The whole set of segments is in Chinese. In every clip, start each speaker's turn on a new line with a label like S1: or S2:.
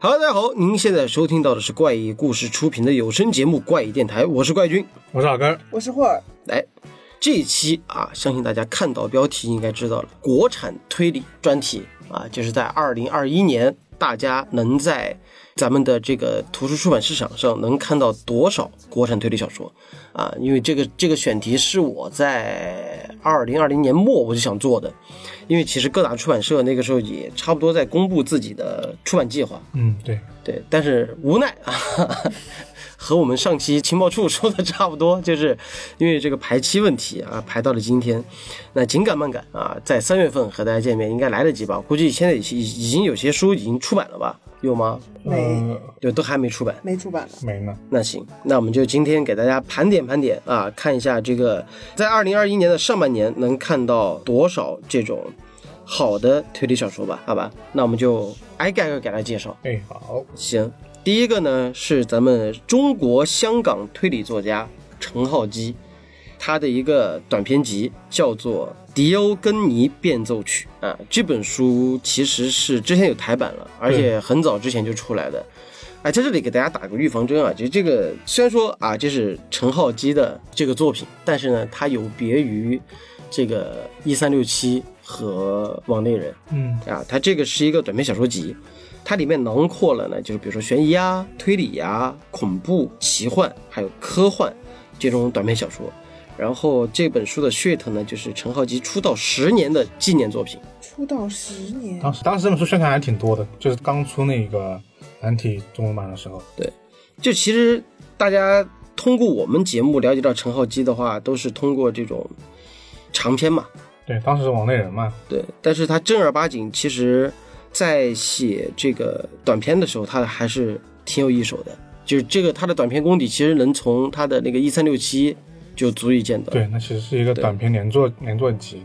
S1: Hello，大家好，您现在收听到的是怪异故事出品的有声节目《怪异电台》，我是怪君。
S2: 我是老根儿，
S3: 我是霍尔，
S1: 来，这一期啊，相信大家看到标题应该知道了，国产推理专题啊，就是在二零二一年，大家能在咱们的这个图书出版市场上能看到多少国产推理小说啊？因为这个这个选题是我在二零二零年末我就想做的，因为其实各大出版社那个时候也差不多在公布自己的出版计划，
S2: 嗯，对，
S1: 对，但是无奈啊，和我们上期情报处说的差不多，就是因为这个排期问题啊，排到了今天。那紧赶慢赶啊，在三月份和大家见面应该来得及吧？估计现在已经已经有些书已经出版了吧？有吗？
S3: 没
S2: 呃，
S1: 有，都还没出版。
S3: 没出版的，
S2: 没呢，
S1: 那行，那我们就今天给大家盘点盘点啊，看一下这个在二零二一年的上半年能看到多少这种好的推理小说吧？好吧，那我们就挨个挨个给大家介绍。
S2: 哎，好，
S1: 行，第一个呢是咱们中国香港推理作家陈浩基，他的一个短篇集叫做《迪欧根尼变奏曲》啊。这本书其实是之前有台版了，而且很早之前就出来的。哎，在这里给大家打个预防针啊，就这个虽然说啊，这是陈浩基的这个作品，但是呢，它有别于这个一三六七和网内人，
S2: 嗯，
S1: 啊，它这个是一个短篇小说集，它里面囊括了呢，就是比如说悬疑啊、推理啊、恐怖、奇幻，还有科幻这种短篇小说。然后这本书的噱头呢，就是陈浩基出道十年的纪念作品。
S3: 出道十年，
S2: 当时当时这本书宣传还挺多的，就是刚出那个繁体中文版的时候，
S1: 就其实大家通过我们节目了解到陈浩基的话，都是通过这种长篇嘛，
S2: 对，当时是网内人嘛，
S1: 对，但是他正儿八经，其实在写这个短片的时候，他还是挺有一手的。就是这个他的短片功底，其实能从他的那个一三六七就足以见到。，
S2: 对，那其实是一个短篇连作连作集，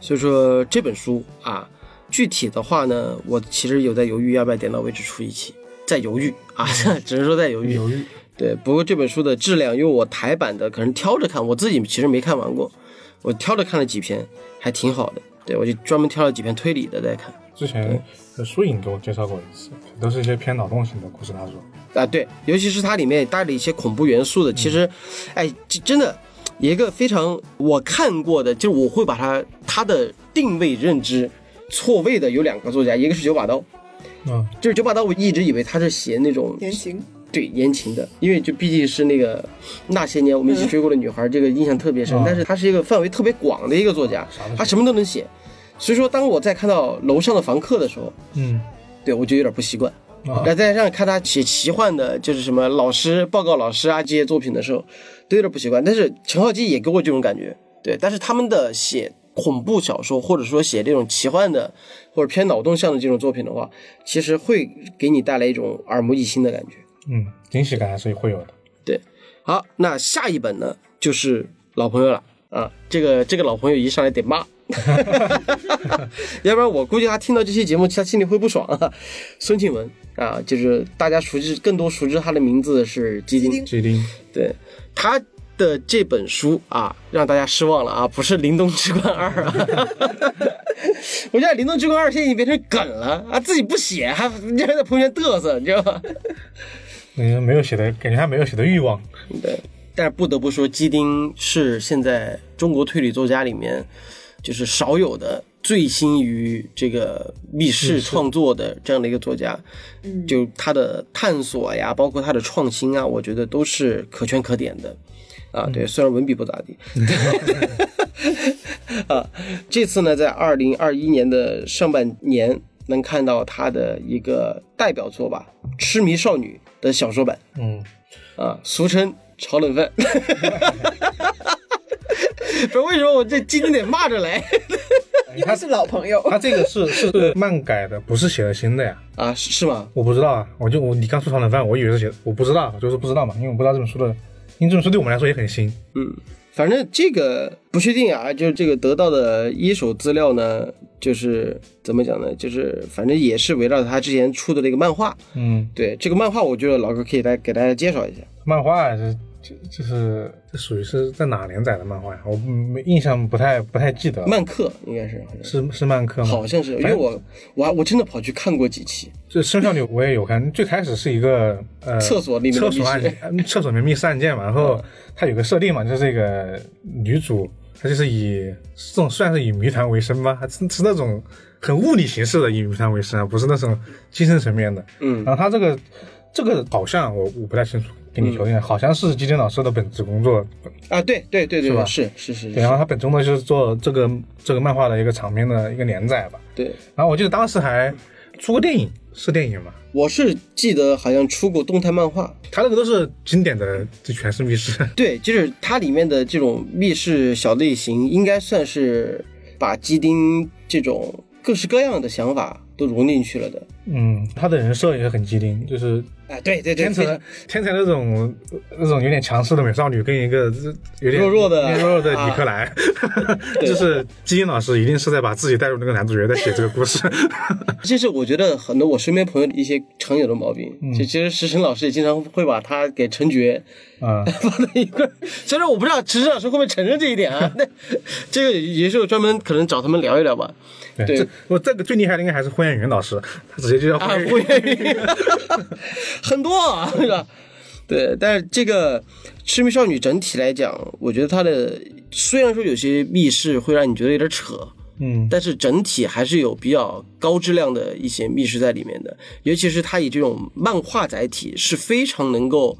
S1: 所以说这本书啊，具体的话呢，我其实有在犹豫要不要点到为止出一期，在犹豫啊， 只能说在犹豫。
S2: 犹豫，
S1: 对，不过这本书的质量，因为我台版的可能挑着看，我自己其实没看完过，我挑着看了几篇，还挺好的。对，我就专门挑了几篇推理的在看。
S2: 之前呃疏影给我介绍过一次，都是一些偏脑洞型的故事，他说，
S1: 啊，对，尤其是它里面带了一些恐怖元素的，其实，
S2: 嗯
S1: 哎，这真的一个非常我看过的，就是我会把它它的定位认知错位的有两个作家，一个是九把刀，
S2: 嗯，
S1: 就是九把刀，我一直以为他是写那种
S3: 言情
S1: 对言情的，因为就毕竟是那个那些年我们一起追过的女孩，这个印象特别深。
S2: 嗯
S1: 但是他是一个范围特别广的一个作家
S2: 啥都，
S1: 他什么都能写，所以说当我在看到楼上的房客的时候，
S2: 嗯，
S1: 对我就有点不习惯。
S2: 啊
S1: 那再加上看他写奇幻的，就是什么老师报告老师啊这些作品的时候，都有点不习惯。但是陈浩基也给我这种感觉，对。但是他们的写恐怖小说，或者说写这种奇幻的，或者偏脑洞向的这种作品的话，其实会给你带来一种耳目一新的感觉。
S2: 嗯，惊喜感还是会有的，
S1: 对，好，那下一本呢就是老朋友了啊，这个这个老朋友一上来得骂， 要不然我估计他听到这期节目，他心里会不爽啊。孙庆文啊，就是大家熟知更多熟知他的名字是基丁，
S3: 丁
S2: 吉丁，
S1: 对他的这本书啊，让大家失望了啊，不是《林东之冠二》啊。 我觉得《林东之冠二》现在已经变成梗了啊，自己不写还人家在朋友圈嘚瑟，你知道吗？
S2: 嗯，没有写的感觉，他没有写的欲望，
S1: 对，但是不得不说，基丁是现在中国推理作家里面就是少有的醉心于这个密室创作的这样的一个作家。嗯，就他的探索呀，包括他的创新啊，我觉得都是可圈可点的。啊，对，虽然文笔不咋地， 啊，这次呢，在二零二一年的上半年能看到他的一个代表作吧，《痴迷少女》的小说版，
S2: 嗯，
S1: 啊，俗称炒冷饭。 不是为什么我这今天得骂着来
S3: 因为是老朋友，
S2: 他这个是 是是漫改的，不是写的新的呀。
S1: 啊？是是吗？
S2: 我不知道啊，我就我你刚说炒冷饭，我以为是写，我不知道，我就是不知道嘛，因为我不知道这本书的，因为这本书对我们来说也很新。
S1: 嗯反正这个不确定啊，就是这个得到的一手资料呢，就是怎么讲呢？就是反正也是围绕着他之前出的那个漫画。
S2: 嗯，
S1: 对这个漫画，我觉得老哥可以来给大家介绍一下。
S2: 漫画还是就就是这属于是在哪连载的漫画呀？我没印象不太不太记得了，啊
S1: 漫客应该是，
S2: 是是漫客吗？
S1: 好像是，因为我我还我真的跑去看过几期，
S2: 这《生肖》里我也有看，最开始是一个呃
S1: 厕所里面的
S2: 厕
S1: 密室嗯
S2: 所案件，呃厕所里面密室案件嘛，然后它有个设定嘛，就是这个女主她就是以这种算是以谜团为生吧，她是是那种很物理形式的以谜团为生啊，不是那种精神层面的。
S1: 嗯
S2: 然后她这个这个好像我我不太清楚，给
S1: 嗯
S2: 你求一下，好像是基金老师的本职工作，
S1: 啊，对对对对
S2: 吧
S1: 对，是是是
S2: 对，
S1: 是，
S2: 然后他本职工作就是做这个这个漫画的一个长篇的一个连载吧。
S1: 对，
S2: 然后我记得当时还出过电影，是电影吗？
S1: 我是记得好像出过动态漫画，
S2: 他那个都是经典的，这全是密室。
S1: 对，就是它里面的这种密室小类型，应该算是把基丁这种各式各样的想法都融进去了的。
S2: 嗯，他的人设也是很机灵，就是
S1: 哎，对对对，
S2: 天
S1: 非
S2: 才
S1: 常
S2: 天才那种那种有点强势的美少女跟一个有点
S1: 弱弱的
S2: 有点弱弱的
S1: 啊
S2: 李克莱， 就是基因老师一定是在把自己带入那个男主角在写这个故事。
S1: 这是我觉得很多我身边朋友的一些常有的毛病。就其实石晨老师也经常会把他给陈珏
S2: 啊、
S1: 放在一块儿，虽然我不知道石晨老师会不会承认这一点啊，那这个也是专门可能找他们聊一聊吧。对
S2: 这我这个最厉害的应该还是霍彦云老师，他直接就叫
S1: 啊
S2: 霍，彦
S1: 不
S2: 云。
S1: 愿意，很多啊，是吧？对，但是这个《痴迷少女》整体来讲，我觉得它的虽然说有些密室会让你觉得有点扯，
S2: 嗯，
S1: 但是整体还是有比较高质量的一些密室在里面的，尤其是它以这种漫画载体是非常能够，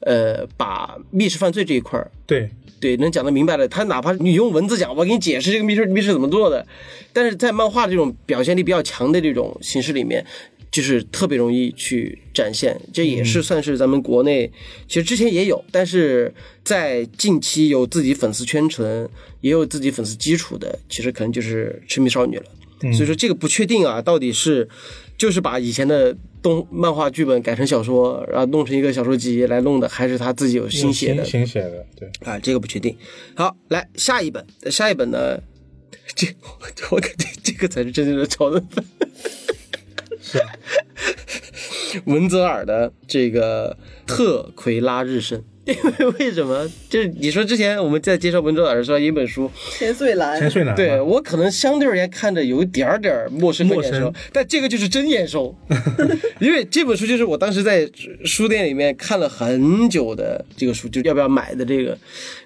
S1: 呃，把密室犯罪这一块儿
S2: 对，
S1: 对，能讲得明白的，他哪怕你用文字讲，我给你解释这个密室密室怎么做的，但是在漫画这种表现力比较强的这种形式里面，就是特别容易去展现。这也是算是咱们国内，其实之前也有，但是在近期有自己粉丝圈层，也有自己粉丝基础的，其实可能就是痴迷少女了。所以说这个不确定啊，到底是就是把以前的动漫画剧本改成小说，然后弄成一个小说集来弄的，还是他自己有心血的？
S2: 新写的，对，
S1: 啊，这个不确定。好，来下一本，下一本呢，这 我感觉这个才是真正的超人粉。
S2: 啊
S1: 是文泽尔的这个特奎拉日升， 因为为什么？就是你说之前我们在介绍文泽尔的时候，有一本书，
S3: 千岁兰
S2: 千岁男嘛，
S1: 对我可能相对而言看着有一点儿点儿陌生和
S2: 陌
S1: 眼
S2: 生
S1: 熟，但这个就是真眼 熟，因为这本书就是我当时在书店里面看了很久的这个书，就要不要买的这个，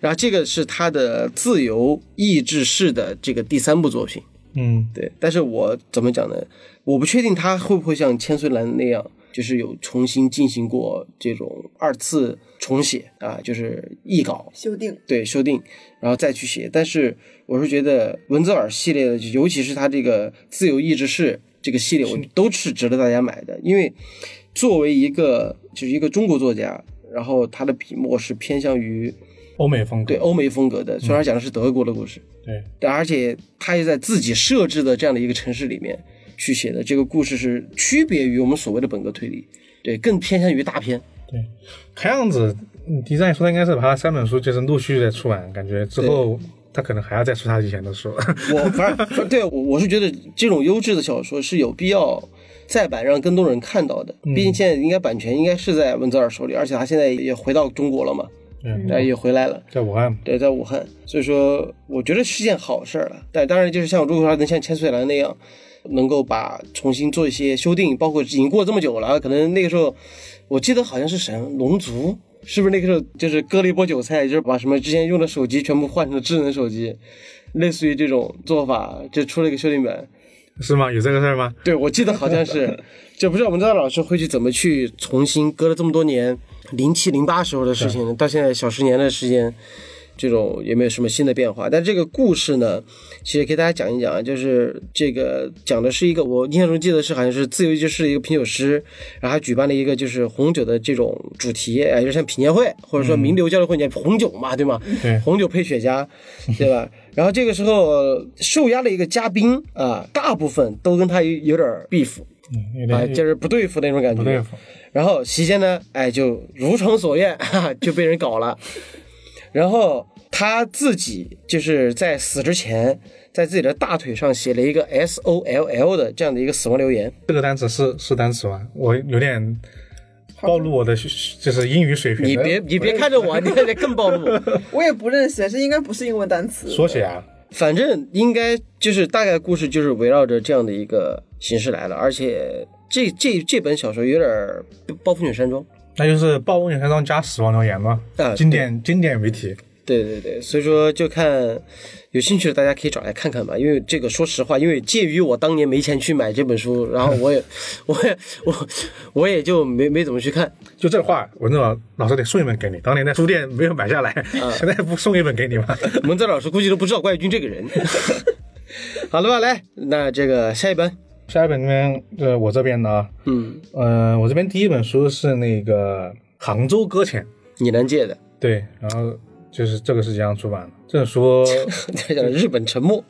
S1: 然后这个是他的自由意志式的这个第三部作品，
S2: 嗯，
S1: 对，但是我怎么讲呢？我不确定他会不会像千岁兰那样，就是有重新进行过这种二次重写啊，就是译稿，
S3: 修订，
S1: 对修订，然后再去写。但是我是觉得文泽尔系列的，尤其是他这个自由意志式这个系列，我都是值得大家买的，因为作为一个就是一个中国作家，然后他的笔墨是偏向于
S2: 欧美风格，
S1: 对欧美风格的，虽然讲的是德国的故事，
S2: 对，
S1: 但而且他也在自己设置的这样的一个城市里面去写的，这个故事是区别于我们所谓的本格推理，对，更偏向于大片。
S2: 对，看样子，嗯迪赞说他应该是把他三本书就是陆续在出完，感觉之后他可能还要再出他以前的书。
S1: 我反正呃对我我是觉得这种优质的小说是有必要再版让更多人看到的，毕竟现在应该版权应该是在文泽尔手里，而且他现在也回到中国了嘛，
S2: 嗯，
S1: 呃也回来了。
S2: 在武汉，
S1: 对，在武汉，所以说我觉得是件好事儿了。但当然，就是像如果说能像千岁兰那样，能够把重新做一些修订，包括已经过这么久了，可能那个时候我记得好像是什么龙族，是不是那个时候就是割了一波韭菜，就是把什么之前用的手机全部换成了智能手机，类似于这种做法，就出了一个修订版。
S2: 是吗？有这个事儿吗？
S1: 对，我记得好像是，就不知道我们赵老师会去怎么去重新隔了这么多年，零七零八时候的事情，到现在小十年的时间，这种也没有什么新的变化。但这个故事呢，其实给大家讲一讲啊，就是这个讲的是一个我印象中记得是好像是自由意志式的一个品酒师，然后还举办了一个就是红酒的这种主题，哎，有点像品鉴会或者说名流交流会，你看红酒嘛，对吗？
S2: 嗯对
S1: 红酒配雪茄，对吧？然后这个时候呃受压的一个嘉宾啊、大部分都跟他有有点儿 beef
S2: 嗯有
S1: 啊、
S2: 点
S1: 就是不对付那种感觉。
S2: 不对付。
S1: 然后席间呢，哎，就如诚所愿， 哈哈，就被人搞了。然后他自己就是在死之前，在自己的大腿上写了一个 S O L L 的这样的一个死亡留言。
S2: 这个单词是是单词吗？我有点暴露我的就是英语水平。
S1: 你别你别看着我，你看这更暴露。
S3: 我也不认识，这应该不是英文单词。
S2: 说起啊，
S1: 反正应该就是大概故事就是围绕着这样的一个形式来了，而且这这这本小说有点儿《暴风雪山庄》。
S2: 那就是《暴风雪山庄》加《死亡留言》嘛，
S1: 啊
S2: 经典经典为题。
S1: 对对对，所以说就看有兴趣的大家可以找来看看吧，因为这个说实话，因为介于我当年没钱去买这本书，然后我也 我也我我也就没没怎么去看。
S2: 就这话，文正老老师得送一本给你。当年在书店没有买下来，
S1: 啊
S2: 现在不送一本给你吗？
S1: 蒙泽老师估计都不知道怪军这个人。 好了吧，来，那这个下一本，
S2: 下一本这边，呃，我这边的啊，
S1: 嗯，
S2: 呃，我这边第一本书是那个《杭州搁浅》，
S1: 你能借的，
S2: 对，然后就是这个是即将出版的。这本 书
S1: 他讲日本沉没，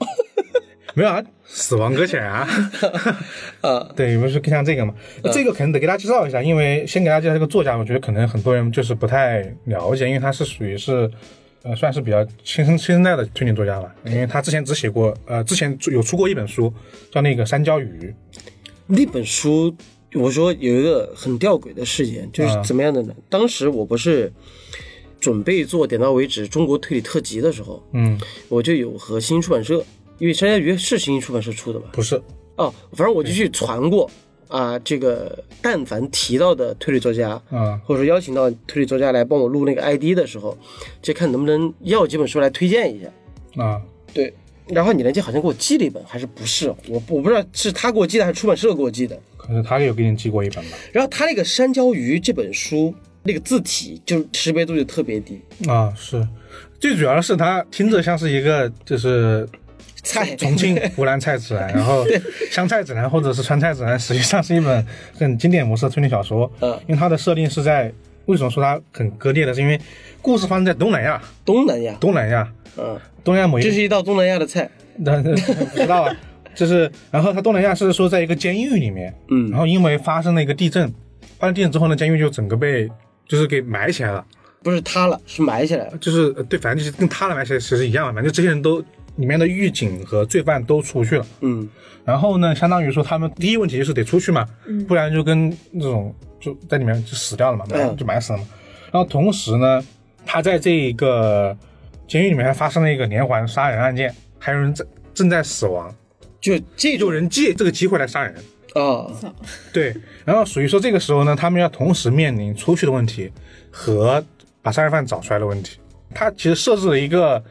S2: 没有啊，《死亡搁浅》啊， 嗯
S1: 啊，
S2: 对，你们是像这个嘛？这个可能得给大家介绍一下，因为先给大家介绍这个作家，我觉得可能很多人就是不太了解，因为他是属于是，呃，算是比较新生新生代的推理作家吧，因为他之前只写过，呃，之前有出过一本书叫那个《三焦鱼》，
S1: 那本书，我说有一个很吊诡的事情，
S2: 啊
S1: 就是怎么样的呢？当时我不是准备做点到为止中国推理特辑的时候，
S2: 嗯，
S1: 我就有和新出版社，因为山家鱼是新出版社出的吧？
S2: 不是，
S1: 哦，反正我就去传过啊、这个但凡提到的推理作家，
S2: 啊、
S1: 或者说邀请到推理作家来帮我录那个 ID 的时候，就看能不能要几本书来推荐一下。
S2: 啊，
S1: 对，然后你那天好像给我寄了一本，还是不是？我我不知道是他给我寄的还是出版社给我寄的。
S2: 可是他有给你寄过一本吧？
S1: 然后他那个《山椒鱼》这本书，那个字体就是识别度就特别低，
S2: 啊，是，最主要是他听着像是一个就是
S1: 菜
S2: 重庆湖南菜指 南，然后湘菜指南或者是川菜指南，实际上是一本很经典模式的推理小说。
S1: 嗯
S2: 因为它的设定是在为什么说它很割裂的，是因为故事发生在东南亚，
S1: 东南亚，
S2: 东南亚，
S1: 嗯，
S2: 东南亚某一
S1: 这
S2: 个
S1: 是一道东南亚的菜，
S2: 那不知道啊，就是然后它东南亚是说在一个监狱里面，
S1: 嗯
S2: 然后因为发生了一个地震，发生地震之后呢，监狱就整个被就是给埋起来了。
S1: 不是塌了，是埋起来了。
S2: 就是呃对，反正就是跟他的埋起来其实一样嘛，反正这些人都里面的狱警和罪犯都出去了。
S1: 嗯，
S2: 然后呢，相当于说他们第一问题就是得出去嘛，不然就跟那种就在里面就死掉了嘛，
S1: 嗯
S2: 就埋死了嘛。然后同时呢，他在这一个监狱里面还发生了一个连环杀人案件，还有人正正在死亡，
S1: 就这
S2: 有
S1: 种
S2: 人借这个机会来杀人。
S1: 啊，
S2: 对，然后属于说这个时候呢，他们要同时面临出去的问题和把杀人犯找出来的问题。他其实设置了一个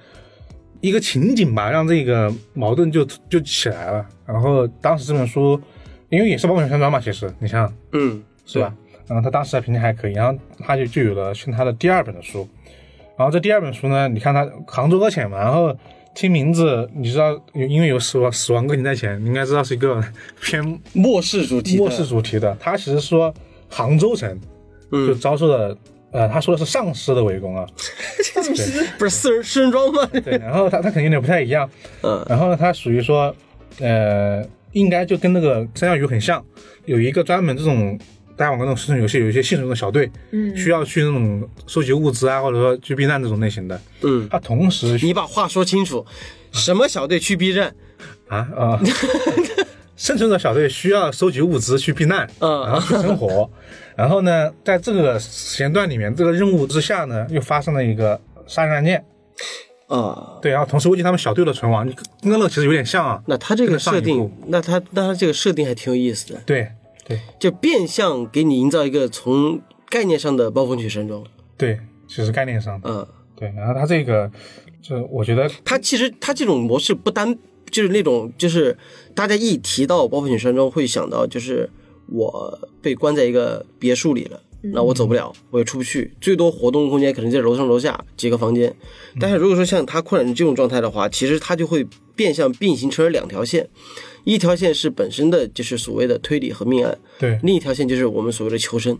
S2: 一个情景吧，让这个矛盾就就起来了。然后当时这本书，因为也是暴雪山庄嘛，其实你想
S1: 嗯，
S2: 是吧？然后他当时的评价还可以，然后他就就有了现他的第二本的书。然后这第二本书呢，你看他《杭州搁浅》嘛，然后听名字你知道，有因为有死亡死亡搁浅在前，你应该知道是一个 偏
S1: 末世主题的，
S2: 末世主题的，他其实说杭州城就
S1: 嗯，
S2: 遭受了，呃，他说的是丧尸的围攻 啊，
S3: 丧尸
S1: 不是四人四人装吗？
S2: 对，然后他他肯定有点不太一样，
S1: 嗯
S2: 然后呢，他属于说，呃，应该就跟那个三角鱼很像，有一个专门这种。大家玩过那种生存游戏，有一些幸存者小队，嗯，需要去那种收集物资啊，或者说去避难这种类型的。
S1: 嗯，
S2: 他同时
S1: 你把话说清楚，什么小队去 B 站？
S2: 啊啊， 生存者小队需要收集物资去避难，
S1: 嗯
S2: 然后去生活。 然后呢，在这个时间段里面，这个任务之下呢，又发生了一个杀人案件，
S1: 啊，
S2: 对，然后同时危及他们小队的存亡。你跟乐其实有点像啊，
S1: 那他这个设
S2: 跟上一
S1: 定
S2: 部，
S1: 那他那他这个设定还挺有意思的，
S2: 对对
S1: 就变相给你营造一个从概念上的暴风雪山庄。
S2: 对，其实概念上的
S1: 嗯，
S2: 对。然后他这个，就我觉得
S1: 它其实它这种模式不单就是那种就是大家一提到暴风雪山庄会想到就是我被关在一个别墅里了。那我走不了，我也出不去，最多活动空间可能在楼上楼下几个房间。但是如果说像它扩展成这种状态的话，其实它就会变相并行成两条线，一条线是本身的就是所谓的推理和命案，
S2: 对
S1: 另一条线就是我们所谓的求生。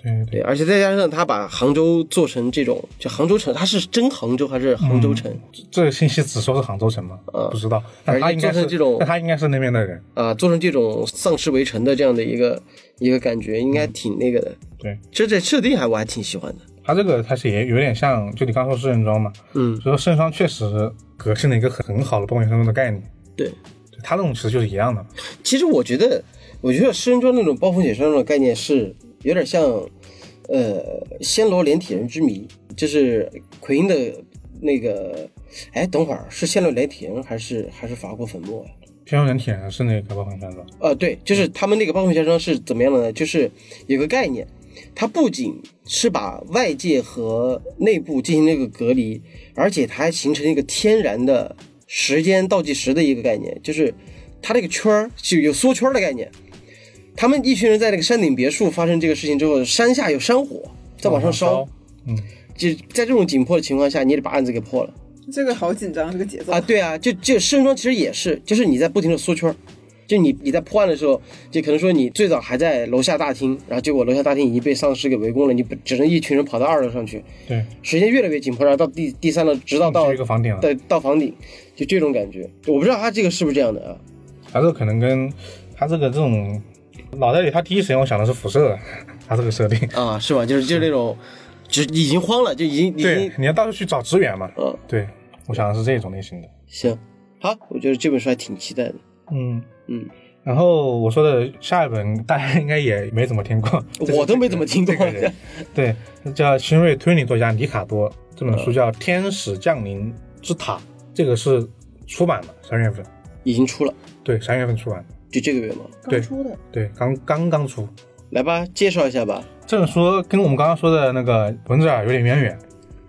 S2: 对对
S1: 对，而且再加上他把杭州做成这种，就杭州城，它是真杭州还是杭州城？
S2: 这这个信息只说是杭州城吗？不知道，但他应该
S1: 嗯而且就是是这种
S2: 但他应该是那边的人，
S1: 啊，做成这种丧尸围城的这样的一个一个感觉，应该挺那个的。
S2: 对。
S1: 这这设定还我还挺喜欢的。
S2: 它这个它是也有点像，就你刚说四人装嘛，
S1: 嗯
S2: 所以说四人装确实革新了一个很很好的暴雪山庄的概念，
S1: 对，
S2: 就它那种其实就是一样的，
S1: 其实我觉得，我觉得《诗人庄》那种暴风雪山庄的概念是有点像呃《暹罗连体人之谜》，就是奎因的那个，哎，等会儿是暹罗连体人还是还是法国粉末呀？
S2: 天龙人铁人是那个暴风山庄，
S1: 呃，对，就是他们那个暴风雪山是怎么样的呢？就是有个概念，它不仅是把外界和内部进行了一个隔离，而且它还形成一个天然的时间倒计时的一个概念，就是它这个圈儿就有缩圈儿的概念。他们一群人在那个山顶别墅发生这个事情之后，山下有山火在往上烧，，
S2: 嗯，
S1: 就在这种紧迫的情况下，你得把案子给破了。
S3: 这个好紧张，这个节奏
S1: 啊，对啊，就就盛装其实也是，就是你在不停的缩圈儿，就你你在破案的时候，就可能说你最早还在楼下大厅，然后结果楼下大厅已经被丧尸给围攻了，你不只能一群人跑到二楼上去，
S2: 对，
S1: 时间越来越紧迫，然后到第第三楼，直到到
S2: 这一个房顶了，
S1: 到到房顶，就这种感觉，我不知道他这个是不是这样的啊？
S2: 他这个可能跟他这个这种脑袋里，他第一时间我想的是辐射的，他这个设定。
S1: 啊，是吧？就是就是那种，就已经慌了，就已经已
S2: 对
S1: 经，
S2: 你要到处去找支援嘛。
S1: 嗯
S2: 对，我想的是这种类型的。
S1: 行，好，我觉得这本书还挺期待的，
S2: 嗯
S1: 嗯，
S2: 然后我说的下一本大家应该也没怎么听过，
S1: 我都没怎么听过
S2: 这个人。对，叫新锐推理作家里卡多，这本书叫《天使降临之塔》，这个是出版的，三月份。
S1: 已经出了，
S2: 对，三月份出版，
S1: 就这个月嘛，
S2: 对
S3: 刚出的，
S2: 对，刚刚刚出。
S1: 来吧，介绍一下吧，
S2: 这本书跟我们刚刚说的那个文泽尔有点渊源，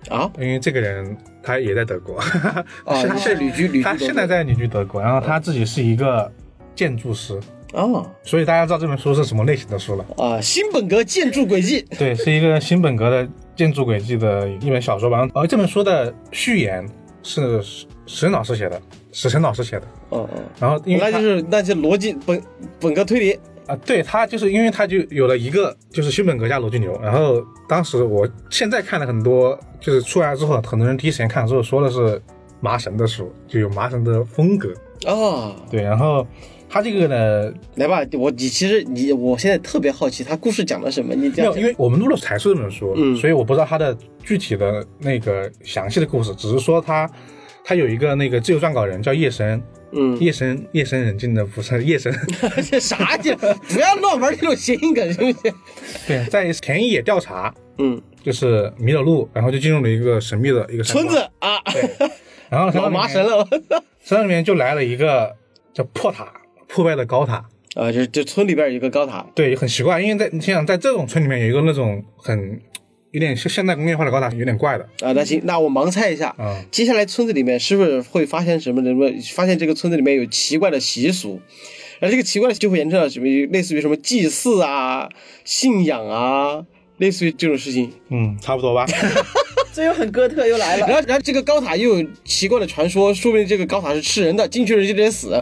S1: 啊
S2: 因为这个人他也在德国，
S1: 啊，
S2: 是
S1: 你是旅居旅居
S2: 他
S1: 多
S2: 现在
S1: 久
S2: 在旅居德国，然后他自己是一个建筑师，
S1: 啊。
S2: 所以大家知道这本书是什么类型的书了。
S1: 啊，新本格建筑轨迹
S2: 对，是一个新本格的建筑轨迹的一本小说吧。哦而这本书的序言是史史老师写的，史晨老师写的。
S1: 哦哦，
S2: 然后因为
S1: 那
S2: 他
S1: 就是那些逻辑本本格推理
S2: 啊，对他就是因为他就有了一个就是新本格加逻辑流，然后当时我现在看了很多，就是出来之后，很多人第一时间看之后说的是麻绳的书，就有麻绳的风格。
S1: 啊。
S2: 对，然后他这个呢，
S1: 来吧，我你其实你我现在特别好奇他故事讲了什么，你
S2: 没
S1: 讲
S2: 有，因为我们录了才是这本书，
S1: 嗯
S2: 所以我不知道它的具体的那个详细的故事，只是说它它有一个那个自由撰稿人叫夜深，
S1: 嗯，
S2: 夜深夜深人静的不是 夜深，
S1: 这啥这 不要乱玩这种谐音梗行不行？
S2: 对，在田野调查，
S1: 嗯，
S2: 就是迷了路，然后就进入了一个神秘的一个山
S1: 村
S2: 庄，
S1: 子啊，
S2: 然
S1: 老
S2: 后山庄里
S1: 麻
S2: 面
S1: 神了
S2: 山庄里面就来了一个叫破塔破败的高塔，
S1: 啊，就就村里边有一个高塔，
S2: 对，很奇怪，因为在你想想在这种村里面有一个那种很有点像现代工业化的高塔，有点怪的，
S1: 啊，那行，那我盲猜一下，
S2: 嗯
S1: 接下来村子里面是不是会发现什么？什么？发现这个村子里面有奇怪的习俗，而这个奇怪的就会延伸到什么？类似于什么祭祀啊、信仰啊，类似于这种事情。
S2: 嗯，差不多 吧。
S3: 这又很哥特又来
S1: 然
S3: 了，
S1: 后，然后这个高塔又有奇怪的传说，说不定这个高塔是吃人的，进去人就得死。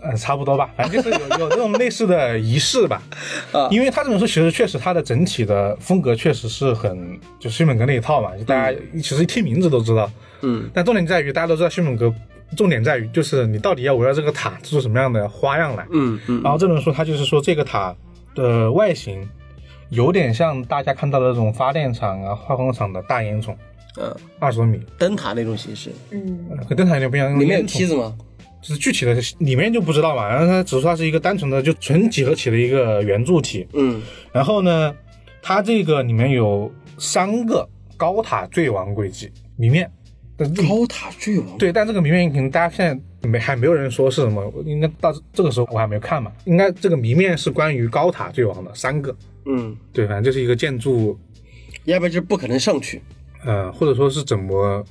S2: 呃，差不多吧，反正就是有有这种类似的仪式吧。
S1: 啊
S2: 因为他这本书其实确实它的整体的风格确实是很就西本格那一套嘛，就大家其实一听名字都知道。
S1: 嗯，
S2: 但重点在于大家都知道西本格，重点在于就是你到底要围绕这个塔做出什么样的花样来。
S1: 嗯嗯
S2: 然后这本书它就是说这个塔的外形有点像大家看到的那种发电厂啊、化工厂的大烟囱，
S1: 嗯，
S2: 二十多米，呃
S1: 灯塔那种形式，
S3: 嗯，
S2: 和灯塔有点不一样。
S1: 里面有
S2: 烟囱
S1: 梯子吗？
S2: 就是具体的里面就不知道嘛，然后它只是说它是一个单纯的就纯几何体的一个圆柱体，
S1: 嗯
S2: 然后呢，它这个里面有三个高塔坠亡轨迹，谜面，但是
S1: 高塔坠亡。
S2: 对，但这个谜面可能大家现在没还没有人说是什么，我应该到这个时候我还没有看嘛，应该这个谜面是关于高塔坠亡的三个，
S1: 嗯，
S2: 对，反正就是一个建筑，
S1: 要不然就是不可能上去。
S2: 呃，或者说是怎么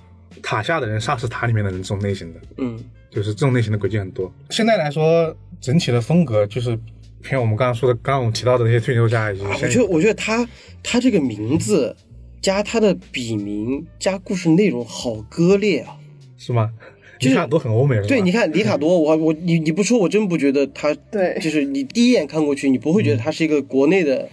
S2: 塔下的人杀死塔里面的人这种类型的，
S1: 嗯
S2: 就是这种类型的轨迹很多。现在来说，整体的风格就是偏我们刚刚说的，刚刚我们提到的那些推理作家已经
S1: 啊，我
S2: 先
S1: 觉得，我觉得他他这个名字加他的笔名加故事内容好割裂啊！
S2: 是吗？
S1: 就是
S2: 你看都很欧美，是吧
S1: 对，你看里卡多，我我你你不说，我真不觉得他
S3: 对
S1: 就是你第一眼看过去，你不会觉得他是一个国内的，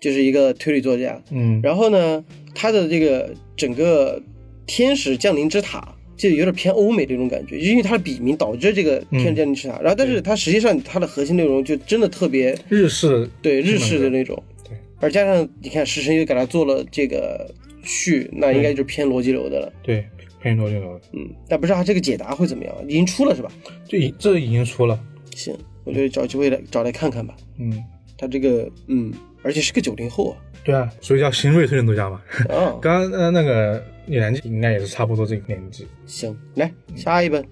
S1: 就是一个推理作家。
S2: 嗯，
S1: 然后呢，他的这个整个《天使降临之塔》就有点偏欧美这种感觉，因为他的笔名导致这个《天
S2: 嗯
S1: 使降临之塔》然后但是它实际上它的核心内容就真的特别
S2: 日式
S1: 对日
S2: 本
S1: 式
S2: 的
S1: 的那种，
S2: 对，
S1: 而加上你看石神又给他做了这个序，那
S2: 嗯
S1: 应该就是偏逻辑流的了，
S2: 对偏多这种，
S1: 嗯，但不知道他这个解答会怎么样，已经出了是吧？
S2: 就已这已经出了，
S1: 行，我觉得找机会来找来看看吧。
S2: 嗯，
S1: 他这个嗯，而且是个九零后啊，
S2: 对啊，所以叫新锐推理作家嘛。
S1: 啊，
S2: 刚刚呃那个你年纪应该也是差不多这个年纪，
S1: 行，来下一本。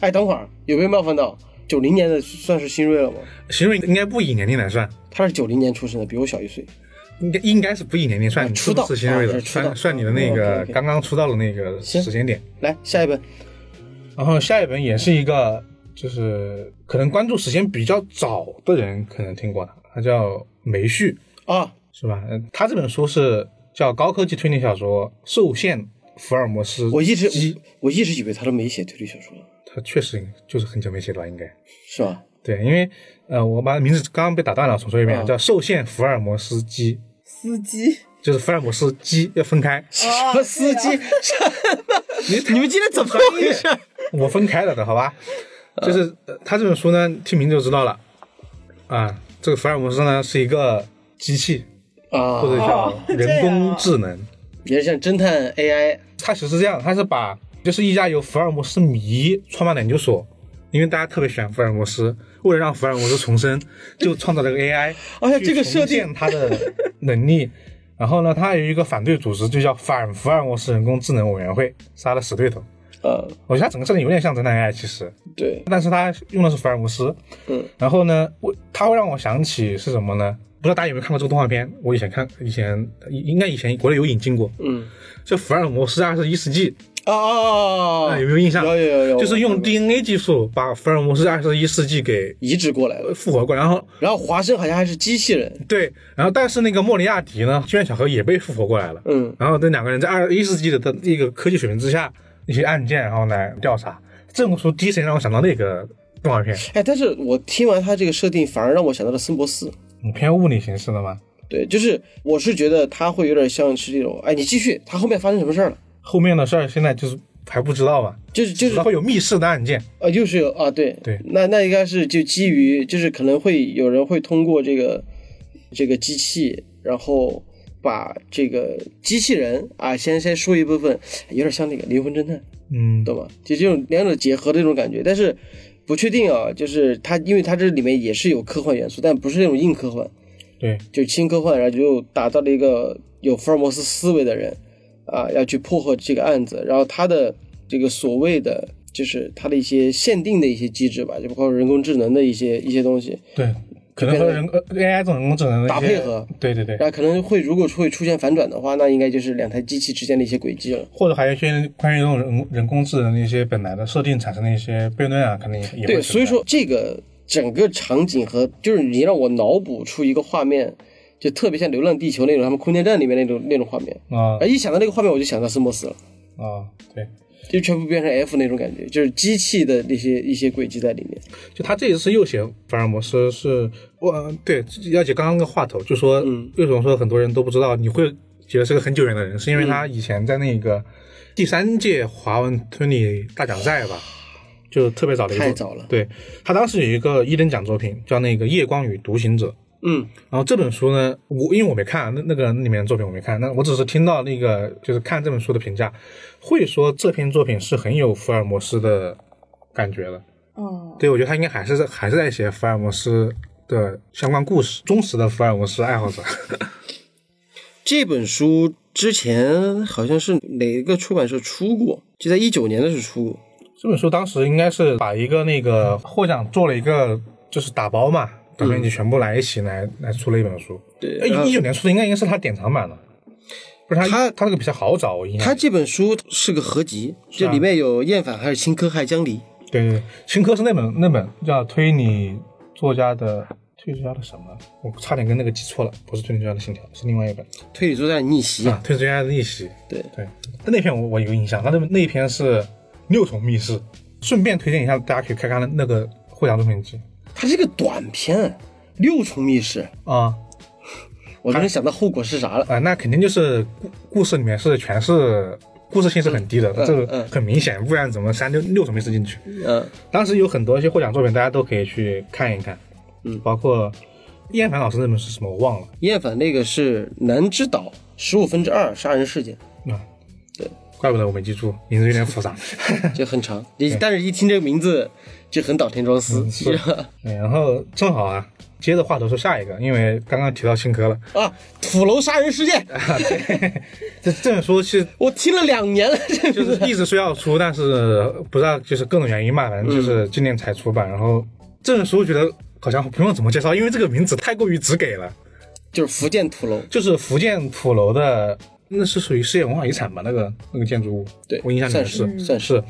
S1: 哎，等会儿有没有冒犯到？九零年的算是新锐了吗？
S2: 新锐应该不以年龄来算，
S1: 他是九零年出生的，比我小一岁。
S2: 应该应该是不以年龄算，
S1: 啊
S2: 你
S1: 出道
S2: 是新锐
S1: 啊
S2: 的，
S1: 是出道
S2: 算算你的那个
S1: OK，OK
S2: 刚刚出道的那个时间点。
S1: 来下一本，
S2: 然后下一本也是一个，就是可能关注时间比较早的人可能听过的，它叫梅绪，
S1: 啊，
S2: 是吧？呃他这本书是叫高科技推理小说《受限福尔摩斯》，
S1: 我一直我一直以为他都没写推理小说，
S2: 他确实就是很久没写了吧，应该。
S1: 是吧？
S2: 对，因为呃，我把名字刚刚被打断了，重说一遍，
S1: 嗯
S2: 叫《受限福尔摩斯基》，
S3: 司机
S2: 就是福尔摩斯基要分开，
S1: 什么司机？你们今天怎么回事？
S2: 我分开了的，好吧？就是呃他这本书呢，听名字就知道了，啊，这个福尔摩斯呢是一个机器，
S1: 啊
S2: 或，者叫
S3: 哦
S2: 人工智能，
S1: 也是像侦探 AI
S2: 它其实是这样，它是把就是一家由福尔摩斯迷创办的研究所。因为大家特别喜欢福尔摩斯，为了让福尔摩斯 重生，就创造了个 AI，
S1: 哎呀这个设定
S2: 他的能力。然后呢，他有一个反对组织，就叫反福尔摩斯人工智能委员会，是他的死对头。
S1: 啊，
S2: 我觉得他整个设定有点像侦探 AI，其实，
S1: 对，
S2: 但是他用的是福尔摩斯。
S1: 嗯，
S2: 然后呢，我他会让我想起是什么呢？不知道大家有没有看过这个动画片？我以前看，以前应该以前国内有引进过，
S1: 嗯，
S2: 就《福尔摩斯二十一世纪》
S1: 啊啊啊，
S2: 啊，有没有印象？
S1: 有有有有，
S2: 就是用 DNA 技术把福尔摩斯二十一世纪给
S1: 移植过来了。
S2: 复活过，然后
S1: 然后华生好像还是机器人，
S2: 对，然后但是那个莫里亚蒂呢，机缘巧合也被复活过来了。
S1: 嗯，
S2: 然后这两个人在二十一世纪的的一个科技水平之下，一些案件然后来调查。这本书第一时间让我想到那个动画片，
S1: 哎，但是我听完他这个设定，反而让我想到了森博斯。
S2: 嗯偏物理形式的嘛。
S1: 对，就是我是觉得他会有点像是这种，哎，你继续，他后面发生什么事儿了？
S2: 后面的事儿现在就是还不知道嘛，
S1: 就是就
S2: 只知
S1: 是
S2: 道会有密室的案件。
S1: 呃，又是有啊，对
S2: 对
S1: 那那应该是就基于就是可能会有人会通过这个这个机器，然后把这个机器人啊，先先说一部分，有点像那个灵魂侦探，
S2: 嗯，
S1: 懂吗？就这种两者结合的这种感觉，但是不确定啊，就是它因为它这里面也是有科幻元素，但不是那种硬科幻，
S2: 对，
S1: 就轻科幻，然后就打造了一个有福尔摩斯思维的人，啊，要去破获这个案子。然后他的这个所谓的就是他的一些限定的一些机制吧，就包括人工智能的一些一些东西，
S2: 对，可能和人呃 AI 这种人工智能的一些
S1: 打配合，
S2: 对对对，
S1: 然后可能会如果会出现反转的话，那应该就是两台机器之间的一些轨迹了。
S2: 或者还有一些关于这种人人工智能的一些本来的设定产生的一些悖论啊，可能也也会
S1: 对，
S2: 存在
S1: 所以说这个整个场景和就是你让我脑补出一个画面，就特别像《流浪地球》那种他们空间站里面那种那种画面。
S2: 啊
S1: 啊，一想到那个画面，我就想到圣莫斯了。
S2: 啊，对，
S1: 就全部变成 F 那种感觉，就是机器的那些一些轨迹在里面。
S2: 就他这一次又写福尔摩斯是，我呃对要姐刚刚那个话头，就说、
S1: 嗯
S2: 为什么说很多人都不知道你会觉得是个很久远的人，是因为他以前在那个第三届华文推理大奖赛吧，就特别早的一个，
S1: 太早了
S2: 对他当时有一个一等奖作品叫那个《夜光与独行者》，
S1: 嗯，
S2: 然后这本书呢，我因为我没看那那个里面的作品，我没看，那我只是听到那个就是看这本书的评价，会说这篇作品是很有福尔摩斯的感觉的。
S3: 哦，
S2: 对，我觉得他应该还是在还是在写福尔摩斯的相关故事，忠实的福尔摩斯爱好者。
S1: 这本书之前好像是哪一个出版社出过，就在一九年的时候出过。
S2: 这本书当时应该是把一个那个获奖做了一个就是打包嘛，短篇集全部来一起来来出了一本书。
S1: 对然后
S2: 呃一九年出的应该应该是他典藏版的，不是他
S1: 他
S2: 他那个比较好找，我印象。
S1: 它这本书是个合集，
S2: 啊
S1: 这里面有厌反，还有青稞，还有江离。
S2: 对对，对，秦科是那本那本叫推理作家的推理作家的什么？我差点跟那个记错了，不是推理作家的信条，是另外一本
S1: 推理作战逆袭
S2: 啊，推理作家的逆袭。
S1: 对
S2: 对，那篇我我有印象，他那那一篇是六重密室。顺便推荐一下，大家可以看看那个获奖作品集
S1: 它是个短篇，六重密室，
S2: 啊
S1: 我都能想到后果是啥了。
S2: 啊，那肯定就是故故事里面是全是故事性是很低的，这个很明显，不然怎么三六六重密室进去？
S1: 嗯，
S2: 当时有很多一些获奖作品，大家都可以去看一看，嗯，包括燕凡老师那本是什么我忘了。
S1: 厌反那个是南之岛十五分之二杀人事件。
S2: 啊，
S1: 对，
S2: 怪不得我没记住，名字有点复杂。
S1: 就很长。你但是一听这个名字就很岛田庄司，
S2: 嗯是对哎然后正好啊，接着话头说下一个，因为刚刚提到新科了，
S1: 啊，土楼杀人事 件，
S2: 这这本书是
S1: 我听了两年了，这
S2: 就是一直说要出，但是不知道就是各种原因吧，反正就是今年才出版。然后这本书觉得好像不用怎么介绍，因为这个名字太过于直给了，
S1: 就是福建土楼，
S2: 就是福建土楼的，那是属于世界文化遗产吧？那个那个建筑物，
S1: 对，
S2: 我印象里面
S1: 算
S2: 是
S1: 是算是
S2: 是，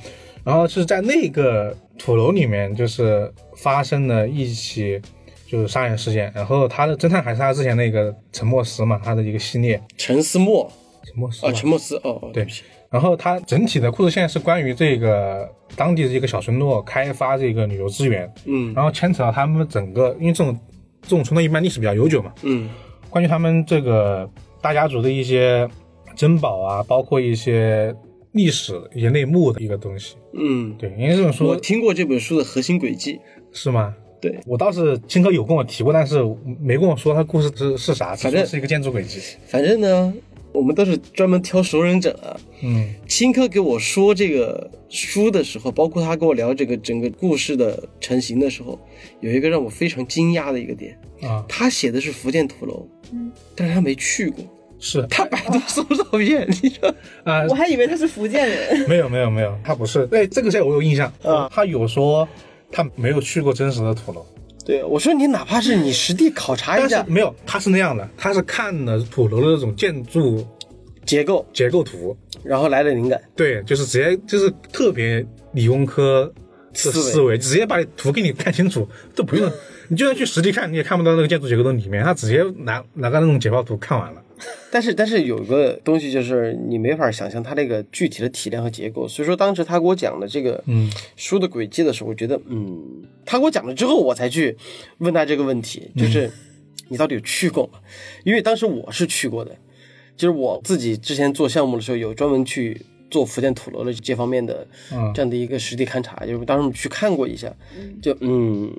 S2: 然后是在那个土楼里面，就是发生了一起就是杀人事件，然后他的侦探还是他之前那个沉默时嘛，他的一个系列
S1: 陈思墨
S2: 沉默时
S1: 啊，
S2: 吧。
S1: 陈默思哦，哦
S2: 对
S1: 不起，
S2: 然后它整体的故事线是关于这个当地的一个小村落开发这个旅游资源，
S1: 嗯
S2: 然后牵扯到他们整个，因为这种这种村落一般历史比较悠久嘛，
S1: 嗯
S2: 关于他们这个大家族的一些珍宝啊，包括一些历史一些内幕的一个东西。
S1: 嗯，
S2: 对，因为这种
S1: 我
S2: 书
S1: 听过这本书的核心轨迹，
S2: 是吗？
S1: 对，
S2: 我倒是青哥有跟我提过，但是没跟我说他故事是是啥，只
S1: 反正
S2: 说是一个建筑轨迹。
S1: 反正呢，我们都是专门挑熟人整啊。
S2: 嗯，
S1: 青科给我说这个书的时候，包括他跟我聊这个整个故事的成型的时候，有一个让我非常惊讶的一个点，
S2: 啊，
S1: 他写的是福建土楼，
S3: 嗯，
S1: 但是他没去过，
S2: 是
S1: 他百度搜照片，你说
S2: 啊
S3: 我，还以为他是福建人，
S2: 没有没有没有，他不是。哎，这个事儿我有印象，
S1: 啊
S2: 他有说他没有去过真实的土楼，
S1: 对，我说你哪怕是你实地考察一
S2: 但是
S1: 下
S2: 没有，他是那样的，他是看了土楼的那种建筑
S1: 结构，
S2: 结构图，
S1: 然后来了灵感，
S2: 对，就是直接就是特别理工科的
S1: 思维
S2: 思维，直接把图给你看清楚，都不用， 你就算去实地看，你也看不到那个建筑结构的里面，他直接拿拿个那种解剖图看完了。
S1: 但是但是有个东西就是你没法想象它这个具体的体量和结构，所以说当时他给我讲的这个
S2: 嗯
S1: 书的轨迹的时候，我觉得嗯，他给我讲了之后，我才去问他这个问题，就是你到底有去过吗？因为当时我是去过的，就是我自己之前做项目的时候有专门去做福建土楼的这方面的
S2: 嗯
S1: 这样的一个实地勘察，就是当时我们去看过一下，就嗯，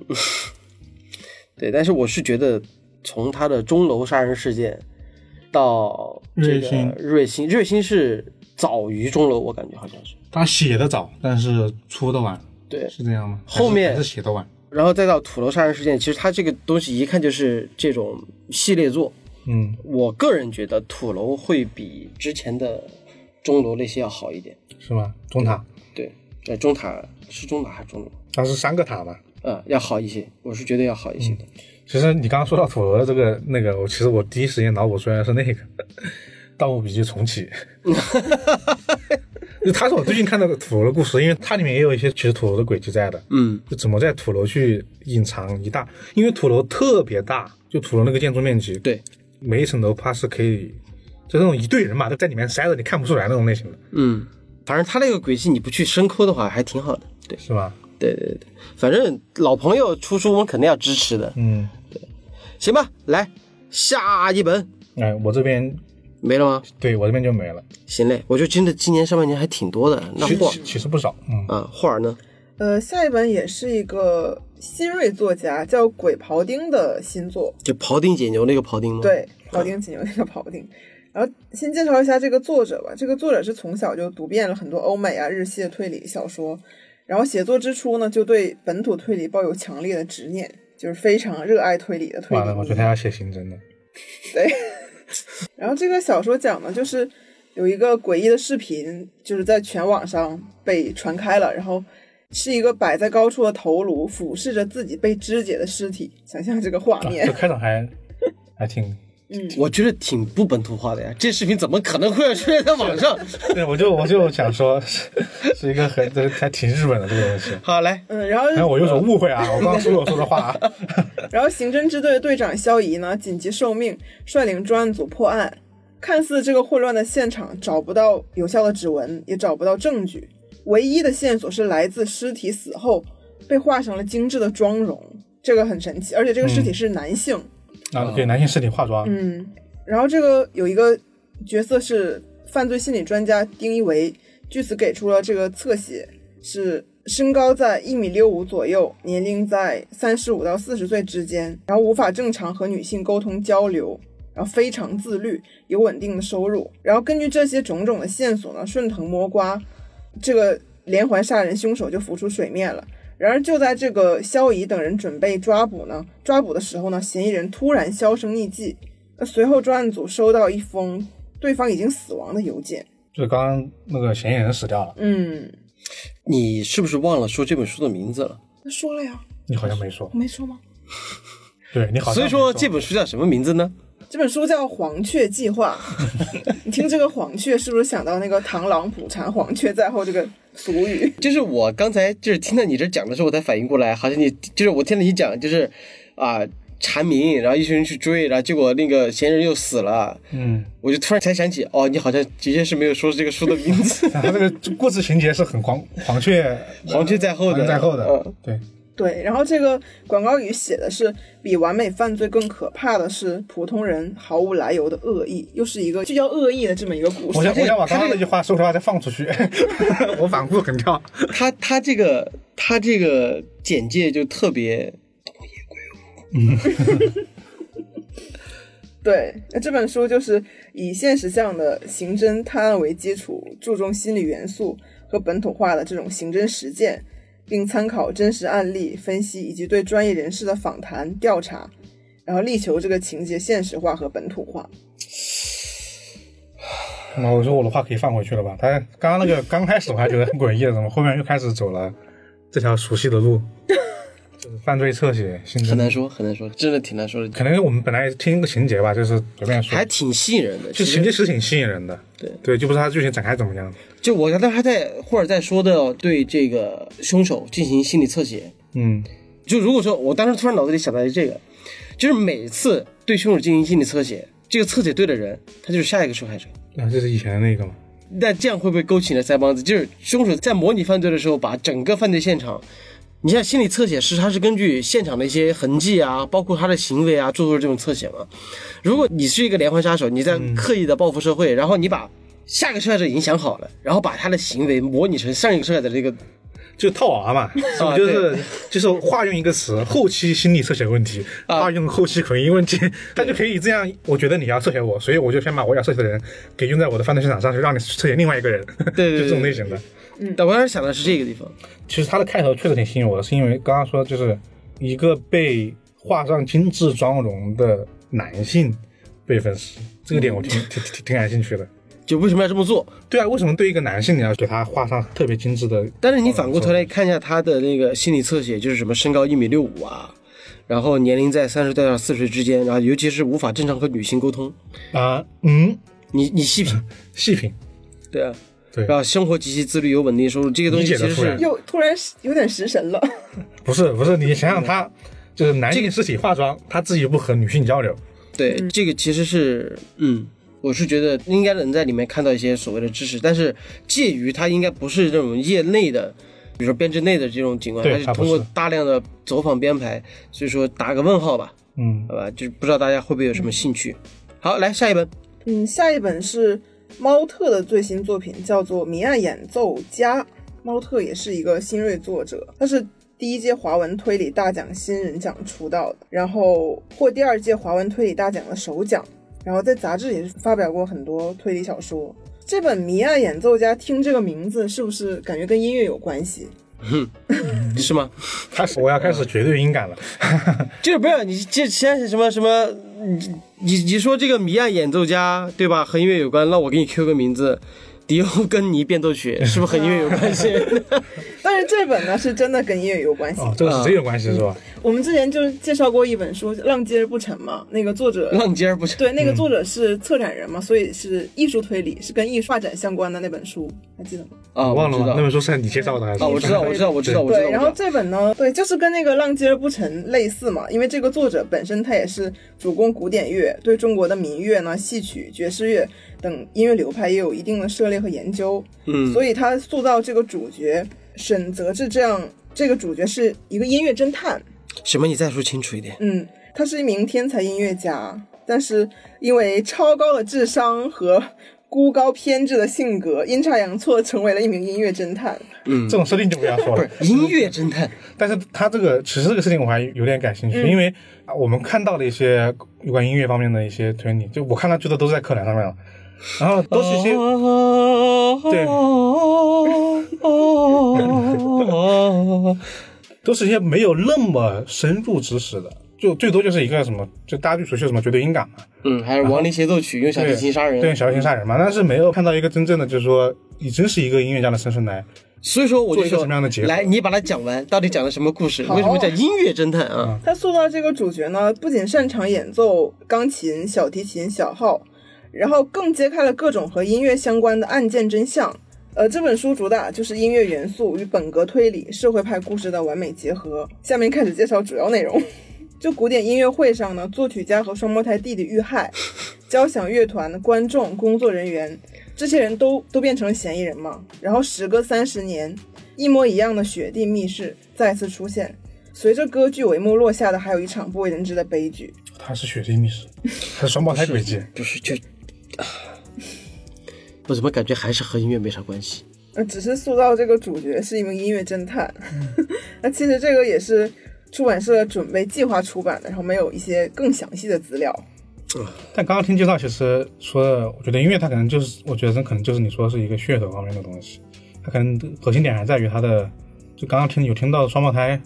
S1: 对，但是我是觉得从他的钟楼杀人事件到这
S2: 瑞幸
S1: 个瑞星，瑞星是早于钟楼，我感觉好像是，
S2: 他写的早，但是出的晚，
S1: 对，
S2: 是这样吗？
S1: 后面
S2: 还是还是写的晚。
S1: 然后再到土楼杀人事件，其实它这个东西一看就是这种系列作。
S2: 嗯，
S1: 我个人觉得土楼会比之前的钟楼那些要好一点。
S2: 是吗？中塔，
S1: 对，呃，中塔是中塔还是钟楼？
S2: 它是三个塔吧？
S1: 啊、要好一些，我是觉得要好一些的。
S2: 其实你刚刚说到土楼的这个那个，我其实我第一时间脑补出来的是那个《 盗墓笔记》重启。 它是我最近看到的土楼的故事，因为它里面也有一些其实土楼的轨迹在的，
S1: 嗯
S2: 就怎么在土楼去隐藏一大，因为土楼特别大，就土楼那个建筑面积，
S1: 对，
S2: 每一层楼怕是可以，就那种一队人嘛，都在里面塞着，你看不出来那种类型的，
S1: 嗯，反正它那个轨迹你不去深抠的话，还挺好的。对
S2: 是吧？
S1: 对对对，反正老朋友出书，我们肯定要支持的。
S2: 嗯，
S1: 行吧，来下一本
S2: 哎，我这边
S1: 没了吗？
S2: 对我这边就没了，
S1: 行嘞，我就真的今年上半年还挺多的。那
S2: 其
S1: 霍
S2: 其其实不少，嗯，
S1: 啊，霍尔呢？
S3: 呃，下一本也是一个新锐作家叫鬼庖丁的新作，
S1: 就庖丁解牛那个庖丁吗？，
S3: 对，庖丁解牛那个庖丁。然后先介绍一下这个作者吧，这个作者是从小就读遍了很多欧美啊、日系的推理小说，然后写作之初呢，就对本土推理抱有强烈的执念，就是非常热爱推理的推理
S2: 完
S3: 迷。
S2: 了，我觉得他要写刑侦的，
S3: 然后这个小说讲的就是有一个诡异的视频，就是在全网上被传开了，然后是一个摆在高处的头颅俯视着自己被肢解的尸体，想象这个画
S2: 啊
S3: 面
S2: 这。开场还还挺。
S1: 我觉得挺不本土化的呀，这视频怎么可能会出现在网上？
S2: 对，我就我就想说， 是是一个很这还挺日本的这个东西。
S1: 好，来，
S3: 嗯，然后
S2: 然后我有所误会啊，我刚刚说我说的话啊，
S3: 然后刑侦支队队长肖怡呢紧急受命，率领专案组破案。看似这个混乱的现场找不到有效的指纹，也找不到证据，唯一的线索是来自尸体死后被画成了精致的妆容，这个很神奇。而且这个尸体是男性，
S2: 啊，给男性尸体化妆，
S3: 嗯，然后这个有一个角色是犯罪心理专家丁一维，据此给出了这个侧写是身高在一米六五左右，年龄在三十五到四十岁之间，然后无法正常和女性沟通交流，然后非常自律，有稳定的收入。然后根据这些种种的线索呢，顺藤摸瓜，这个连环杀人凶手就浮出水面了。然而就在这个萧仪等人准备抓捕呢，抓捕的时候呢，嫌疑人突然销声匿迹。那随后专案组收到一封对方已经死亡的邮件。
S2: 就是刚刚那个嫌疑人死掉了，
S3: 嗯，
S1: 你是不是忘了说这本书的名字了？
S3: 他说了呀，
S2: 你好像没说
S3: 我，没说吗？
S2: 对你好像
S1: 所
S2: 没
S1: 以说这本书叫什么名字呢？
S3: 这本书叫《黄雀计 划》，你听这个“黄雀”是不是想到那个螳螂捕蝉，黄雀在后这个俗语？
S1: 就是我刚才就是听到你这讲的时候，我才反应过来，好像你就是我听到你讲就是啊、蝉鸣，然后一群人去追，然后结果那个嫌疑人又死了，
S2: 嗯，，
S1: 我就突然才想起，哦，你好像的确是没有说这个书的名 字
S2: 他这个故事情节是很黄黄雀
S1: 黄雀在后的
S2: 黄雀在后的
S1: 嗯，
S2: 呃对，
S3: 对，然后这个广告语写的是比完美犯罪更可怕的是普通人毫无来由的恶意，又是一个聚焦恶意的这么一个故
S2: 我
S3: 事。
S2: 想我想把刚刚那句话说出来再放出去，我反复横跳，
S1: 他他这个他这个简介就特别
S3: 对，那这本书就是以现实向的刑侦探案为基础，注重心理元素和本土化的这种刑侦实践，并参考真实案例分析以及对专业人士的访谈调查，然后力求这个情节现实化和本土化。
S2: 那我说我的话可以放回去了吧？他刚刚那个刚开始我还觉得很诡异的，怎么后面又开始走了这条熟悉的路？就是犯罪侧写，刑
S1: 很
S2: 侦，
S1: 难说，很难说，真的挺难说的，
S2: 可能我们本来听一个情节吧，就是随便说
S1: 还，挺吸引人的。
S2: 就
S1: 其
S2: 情节
S1: 实，
S2: 是挺吸引人的，
S1: 对
S2: 对，就不知道它剧情展开怎么样。
S1: 就我刚才还在或者在说的对这个凶手进行心理侧写，
S2: 嗯，
S1: 就如果说我当时突然脑子里想到的这个，就是每次对凶手进行心理侧写，这个侧写对的人，他就是下一个受害者。
S2: 啊，这是以前的那个嘛，
S1: 那这样会不会勾起你的腮帮子？就是凶手在模拟犯罪的时候，把整个犯罪现场，你像心理侧写师，他是根据现场的一些痕迹啊，包括他的行为啊，做出这种侧写嘛。如果你是一个连环杀手，你在刻意的报复社会，然后你把下一个受害者已经想好了，然后把他的行为模拟成上一个受害者的这个
S2: 就套娃嘛，是不就是就是化用一个词，后期心理侧写问题，化用后期口音问题，他就可以这样。我觉得你要侧写我，所以我就先把我要侧写的人给用在我的犯罪现场上，就让你侧写另外一个人，
S1: 对对
S2: 就这种类型的。
S1: 但我当时想的是这个地方，
S2: 其实它的开头确实挺吸引我的，是因为刚刚说就是一个被画上精致妆容的男性被分尸，这个点我挺挺挺挺感兴趣的。
S1: 就为什么要这么做？
S2: 对啊，为什么对一个男性你要给他画上特别精致的？
S1: 但是你反过头来看一下他的那个心理侧写，就是什么身高一米六五啊，然后年龄在三十到四十岁之间，然后尤其是无法正常和女性沟通，
S2: 啊，嗯，
S1: 你你细 品，
S2: 细品，
S1: 对啊，
S2: 对
S1: 然后生活极其自律，有稳定收入，这些东西其
S2: 理解得
S1: 实
S2: 出来
S1: 是
S3: 又突然是有点食神了，
S2: 不是不是，你想想他就是男性尸体化妆，他自己不和女性交流，
S1: 对、这个其实是嗯。我是觉得应该能在里面看到一些所谓的知识，但是介于它应该不是这种业内的，比如说编制内的这种景观，
S2: 对
S1: 它是
S2: 它不
S1: 通过
S2: 是
S1: 大量的走访编排，所以说打个问号吧，
S2: 嗯，
S1: 好吧，就是不知道大家会不会有什么兴趣。好，来下一本，
S3: 嗯，下一本是猫特的最新作品，叫做《谜案演奏家》。猫特也是一个新锐作者，他是第一届华文推理大奖新人奖出道的，然后获第二届华文推理大奖的首奖，然后在杂志也是发表过很多推理小说。这本《谜案演奏家》，听这个名字是不是感觉跟音乐有关系？
S1: 是吗？
S2: 开始我要开始绝对音感了，
S1: 就是不是你这先什么什么，你你你说这个谜案演奏家对吧？和音乐有关，那我给你 Q 个名字，迪欧根尼变奏曲，是不是 和音乐有关 系？
S3: 但是这本呢，是真的跟音乐有关系。
S2: 哦，这个
S1: 啊
S2: 是真有关系是吧？
S3: 我们之前就是介绍过一本书《浪尖儿不沉》嘛，那个作者
S1: 浪尖儿不是？
S3: 对，那个作者是策展人嘛，所以是艺术推理，是跟艺术发展相关的那本书，还记得吗？
S1: 啊，
S2: 我忘了
S1: 我知
S2: 吗？
S1: 道
S2: 那本书是你介绍的还是？
S1: 啊，我知道，我知道，我知道，我知道。
S3: 对，然后
S1: 我知道
S3: 这本呢，对，就是跟那个《浪尖儿不沉》类似嘛，因为这个作者本身他也是主攻古典乐，对中国的民乐呢、戏曲、爵士乐等音乐流派也有一定的涉猎和研究，
S1: 嗯，
S3: 所以他塑造这个主角沈泽志这样，这个主角是一个音乐侦探，
S1: 什么？你再说清楚一点。
S3: 嗯，他是一名天才音乐家，但是因为超高的智商和孤高偏执的性格，阴差阳错成为了一名音乐侦探。
S2: 这种设定就不要说了。
S1: 音乐侦探，
S2: 但是他这个其实这个事情我还有点感兴趣，因为啊我们看到的一些有关音乐方面的一些推理，就我看到觉得都是在柯南上面了，然后都是一
S1: 哦
S2: 些对都是一些没有那么深入知识的，就最多就是一个什么，就大家最熟悉的什么绝对音感嘛，
S1: 嗯，还是亡灵协奏曲，用小提琴杀人，
S2: 对小提琴杀人嗯嘛，但是没有看到一个真正的就是说以真是一个音乐家的身份来
S1: 所以说我
S2: 做
S1: 就
S2: 一个
S1: 说
S2: 什么样的结合
S1: 来，你把它讲完，到底讲了什么故事？为什么叫音乐侦探啊？
S3: 他塑造这个主角呢，不仅擅长演奏钢琴、小提琴、小号，然后更揭开了各种和音乐相关的案件真相。呃，这本书主打就是音乐元素与本格推理、社会派故事的完美结合。下面开始介绍主要内容。 就古典音乐会上呢，作曲家和双胞胎弟弟遇害，交响乐团、观众、工作人员，这些人都都变成了嫌疑人嘛。然后时隔三十年，一模一样的雪地密室再次出现，随着歌剧帷幕落下的，还有一场不为人知的悲剧。
S2: 他是血腥历史， 他是双胞胎轨迹，
S1: 不是就，啊我怎么感觉还是和音乐没啥关系？
S3: 呃，只是塑造这个主角是一名音乐侦探。
S1: 嗯
S3: 那其实这个也是出版社准备计划出版的，然后没有一些更详细的资料。
S2: 但刚刚听介绍，其实说的，我觉得音乐它可能就是，我觉得这可能就是你说是一个噱头方面的东西，它可能核心点还在于它的，就刚刚听有听到双胞胎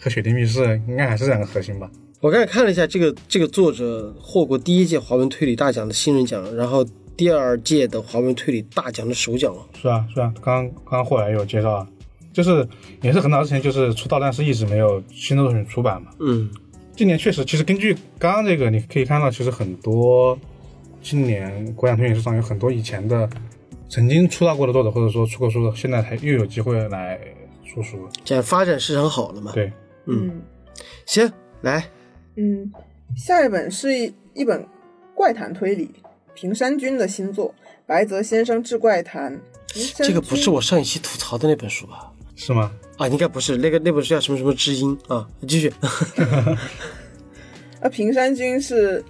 S2: 和雪地密室，应该还是这两个核心吧。
S1: 我刚才看了一下这个这个作者获过第一届华文推理大奖的新人奖，然后第二届的华文推理大奖的首奖哦。
S2: 是啊，是啊，刚刚刚后来有介绍啊，就是也是很早之前就是出道，但是一直没有新的作品出版嘛。
S1: 嗯，
S2: 今年确实，其实根据刚刚这个，你可以看到，其实很多今年国产推理市场有很多以前的曾经出道过的作者，或者说出过书的，现在才又有机会来出书了。
S1: 这样发展市场好了嘛？
S2: 对，
S1: 嗯行，来，
S3: 嗯，下一本是一一本怪谈推理，平山君的新作《白泽先生志怪谈》。平山
S1: 这个不
S3: 君
S1: 是我上一期吐槽的那本书吧？
S2: 是吗？
S1: 啊，应该不是那个那本书叫什么什么知音啊？继续，
S3: 啊，平山君是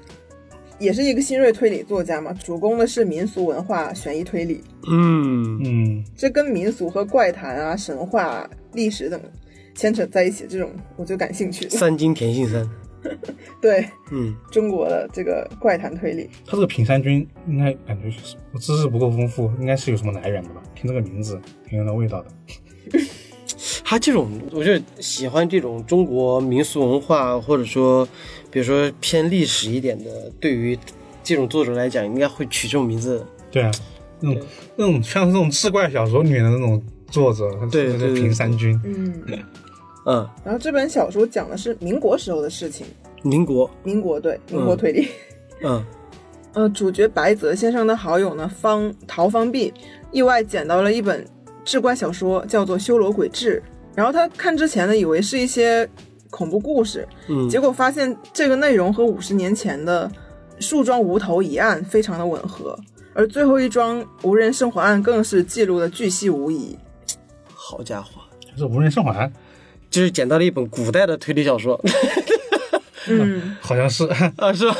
S3: 也是一个新锐推理作家嘛，主攻的是民俗文化悬疑推理，
S1: 嗯，
S2: 嗯，
S3: 这跟民俗和怪谈啊、神话啊、历史等牵扯在一起，这种我就感兴趣。
S1: 三金田信三，
S3: 对
S1: 嗯，
S3: 中国的这个怪谈推理，
S2: 他这个平山君应该感觉是我知识不够丰富，应该是有什么来源的吧？听这个名字挺有那味道的。
S1: 他这种，我就喜欢这种中国民俗文化，或者说，比如说偏历史一点的，对于这种作者来讲，应该会取这种名字。
S2: 对啊，那种那种像是那种志怪小说里面的那种作者，他
S1: 对
S2: 是那
S1: 对
S2: 个
S1: 对
S2: 平山君，
S3: 嗯，
S1: 嗯，
S3: 然后这本小说讲的是民国时候的事情，
S1: 民国，
S3: 民国对民国
S1: 嗯
S3: 推理。
S1: 嗯
S3: 呃，主角白泽先生的好友呢，方陶方碧意外捡到了一本志怪小说，叫做《修罗鬼志》。然后他看之前呢，以为是一些恐怖故事，
S1: 嗯
S3: 结果发现这个内容和五十年前的树桩无头一案非常的吻合，而最后一桩无人生还案更是记录的巨细无遗。
S1: 好家伙，
S2: 就是无人生还，
S1: 就是捡到了一本古代的推理小说
S3: 嗯，
S2: 好像是，
S1: 啊，是吧？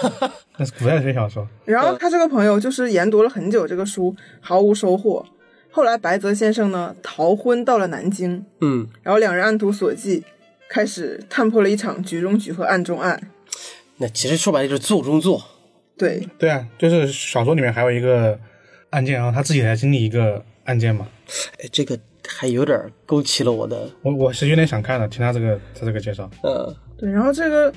S2: 那是古代推理小说。
S3: 然后他这个朋友就是研读了很久这个书，毫无收获。后来白泽先生呢逃婚到了南京，
S1: 嗯，
S3: 然后两人按图索骥，开始探破了一场局中局和暗中暗。
S1: 那其实说白了就是做中做，
S3: 对，
S2: 对啊，就是小说里面还有一个案件，然后他自己来经历一个案件嘛。
S1: 哎，这个还有点勾起了我的，
S2: 我我是有点想看的，听他这个他这个介绍，
S1: 呃，
S3: 对，然后这个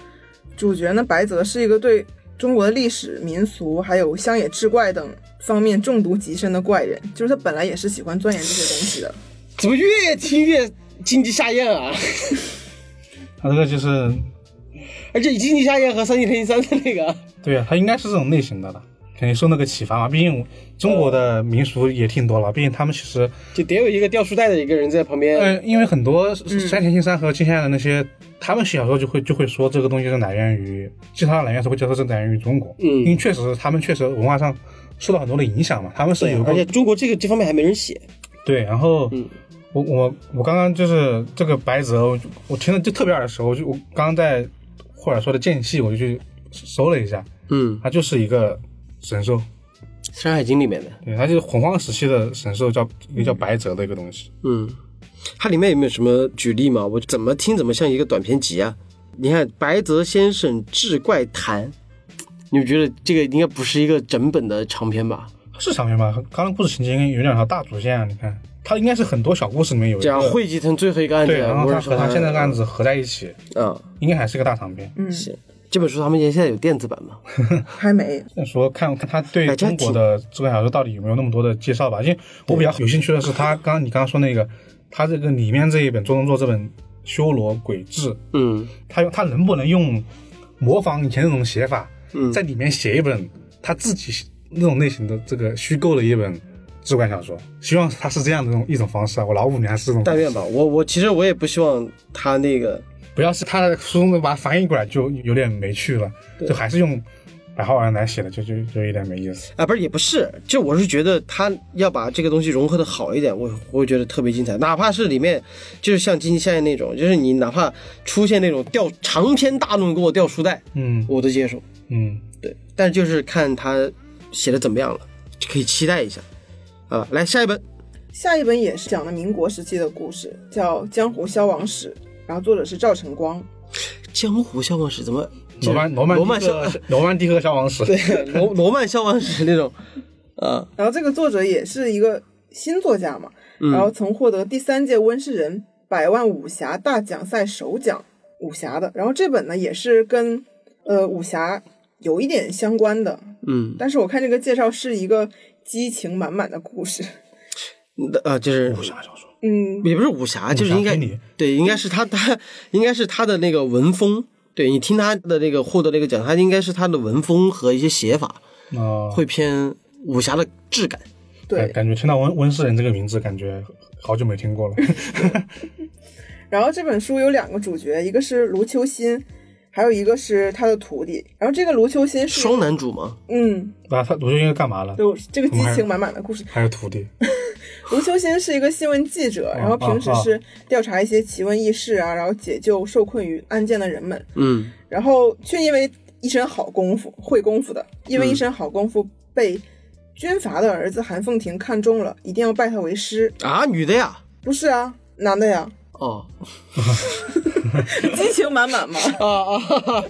S3: 主角呢，白泽是一个对中国的历史、民俗还有乡野志怪等方面中毒极深的怪人，就是他本来也是喜欢钻研这些东西的。
S1: 怎么越听越经济下咽啊？
S2: 他这个就是，
S1: 而且经济下咽和三七零三的那个，
S2: 对啊，他应该是这种类型的了，肯定受那个启发嘛。毕竟中国的民俗也挺多了，毕竟他们其实，
S1: 就得有一个吊书袋的一个人在旁边。
S2: 呃，因为很多
S1: 嗯
S2: 山田信三和金夏的那些，他们写小说就会就会说这个东西是来源于，其他的来源是会接受是来源于中国，
S1: 嗯
S2: 因为确实他们确实文化上受到很多的影响嘛，他们是有哦
S1: 而
S2: 个
S1: 且中国这个这方面还没人写，
S2: 对，然后
S1: 嗯
S2: 我我我刚刚就是这个白泽，我就我听着就特别耳熟，我就我刚刚在霍尔说的间隙，我就去搜了一下，
S1: 嗯，
S2: 它就是一个神兽，
S1: 《山海经》里面的，
S2: 对，它就是洪荒时期的神兽叫一个叫白蛇的一个东西。
S1: 嗯，它里面有没有什么举例嘛？我怎么听怎么像一个短篇集啊？你看《白泽先生志怪谈》，你们觉得这个应该不是一个整本的长篇吧？
S2: 是长篇吧？刚刚故事情节有两条大主线啊，你看，它应该是很多小故事里面有一
S1: 这样
S2: 个，
S1: 汇集成最后一个案子，
S2: 对，然后
S1: 摩
S2: 它
S1: 尔
S2: 和
S1: 说
S2: 它现在的案子合在一起，
S1: 啊，
S2: 应该还是个大长篇。
S3: 嗯，
S1: 行。这本书他们现在有电子版吗？
S3: 还没
S2: 再说看看他对
S1: 哎这
S2: 中国的这本小说到底有没有那么多的介绍吧，因为我比较有兴趣的是他刚刚你刚刚说那个，他这个里面这一本周东作这本《修罗鬼志》，
S1: 嗯，
S2: 他用他能不能用模仿以前那种写法，
S1: 嗯
S2: 在里面写一本他自己那种类型的这个虚构的一本志怪小说？希望他是这样的一种一种方式啊，我老五年是这种方
S1: 但
S2: 式，
S1: 愿吧。我我其实我也不希望他那个
S2: 不要是他的书中的把它翻译过来就有点没趣了，就还是用白话文来写的，就就就有点没意思。
S1: 啊，不是也不是，就我是觉得他要把这个东西融合的好一点，我我会觉得特别精彩。哪怕是里面就是像金现在那种，就是你哪怕出现那种掉长篇大论给我掉书袋，
S2: 嗯
S1: 我都接受。
S2: 嗯。
S1: 对，但是就是看他写的怎么样了，可以期待一下。啊，来下一本，
S3: 下一本也是讲的民国时期的故事，叫《江湖消亡史》，然后作者是赵晨光。
S1: 江湖消亡史怎么？
S2: 罗曼罗曼
S1: 罗曼
S2: 蒂克罗曼蒂克消亡史，
S1: 对罗罗曼消亡史那种，啊，
S3: 然后这个作者也是一个新作家嘛，
S1: 嗯
S3: 然后曾获得第三届温世仁百万武侠大奖赛首奖武侠的。然后这本呢也是跟呃武侠有一点相关的，
S1: 嗯，
S3: 但是我看这个介绍是一个激情满满的故事，
S1: 啊，就是
S2: 武侠小说，
S3: 嗯，
S1: 也不是武侠，就是应该
S2: 推理
S1: 对，应该是他他应该是他的那个文风。对你听他的那个获得那个奖，他应该是他的文风和一些写法
S2: 啊，
S1: 会偏武侠的质感。
S3: 对
S2: 感，感觉听到温温世仁这个名字，感觉好久没听过了。
S3: 然后这本书有两个主角，一个是卢秋心，还有一个是他的徒弟。然后这个卢秋心是，
S1: 双男主嘛，
S3: 嗯，
S2: 那他卢秀英干嘛了？
S3: 对，我这个激情满满的故事。
S2: 还有徒弟，
S3: 卢秋心是一个新闻记者，然后平时是调查一些奇闻异事啊，然后解救受困于案件的人们，
S1: 嗯，
S3: 然后却因为一身好功夫，会功夫的，因为一身好功夫被。军阀的儿子韩凤亭看中了，一定要拜他为师。
S1: 啊，女的呀，
S3: 不是啊，男的呀，
S1: 哦，
S3: 激情满满嘛。
S1: 啊啊啊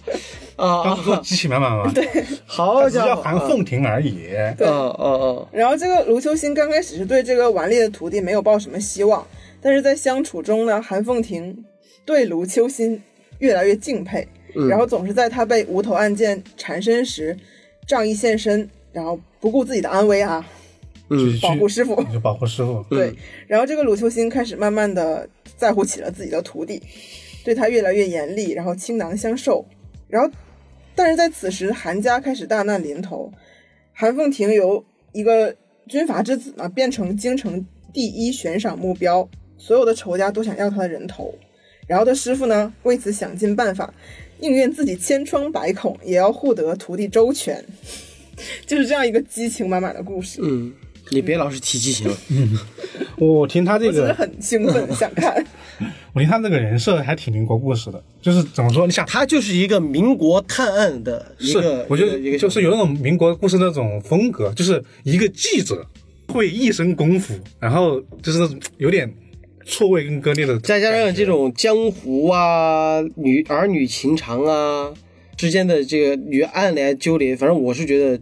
S2: 他
S1: 啊，
S2: 不说激情满满吗？对，
S1: 好
S2: 只
S1: 家
S2: 啊叫
S1: 伙，
S2: 韩凤亭而已。
S1: 啊啊啊，
S3: 然后这个卢秋心刚开始是对这个顽劣的徒弟没有抱什么希望，但是在相处中呢，韩凤亭对卢秋心越来越敬佩，
S1: 嗯
S3: 然后总是在他被无头案件缠身时仗义现身，然后不顾自己的安危啊，
S2: 嗯，
S3: 保护师傅。
S2: 就保护师傅。
S3: 对，然后这个卢秋心开始慢慢的在乎起了自己的徒弟，对他越来越严厉，然后倾囊相授。然后，但是在此时，韩家开始大难临头，韩凤亭由一个军阀之子呢，变成京城第一悬赏目标，所有的仇家都想要他的人头。然后他师傅呢，为此想尽办法，宁愿自己千疮百孔，也要护得徒弟周全。 就是这样一个激情满满的故事，
S1: 嗯，你别老是提激情了，
S2: 我听他这
S3: 我只是
S2: 个，
S3: 很兴奋，想看。
S2: 我听他这个人设还挺民国故事的，就是怎么说？你想，
S1: 他就是一个民国探案的一
S2: 是
S1: 个，
S2: 我觉
S1: 一
S2: 得
S1: 个
S2: 就是有那种民国故事那种风格，就是一个记者会一身功夫，然后就是那种有点错位跟割裂的，
S1: 再加上这种江湖啊、女儿女情长啊之间的这个与暗来纠连，反正我是觉得，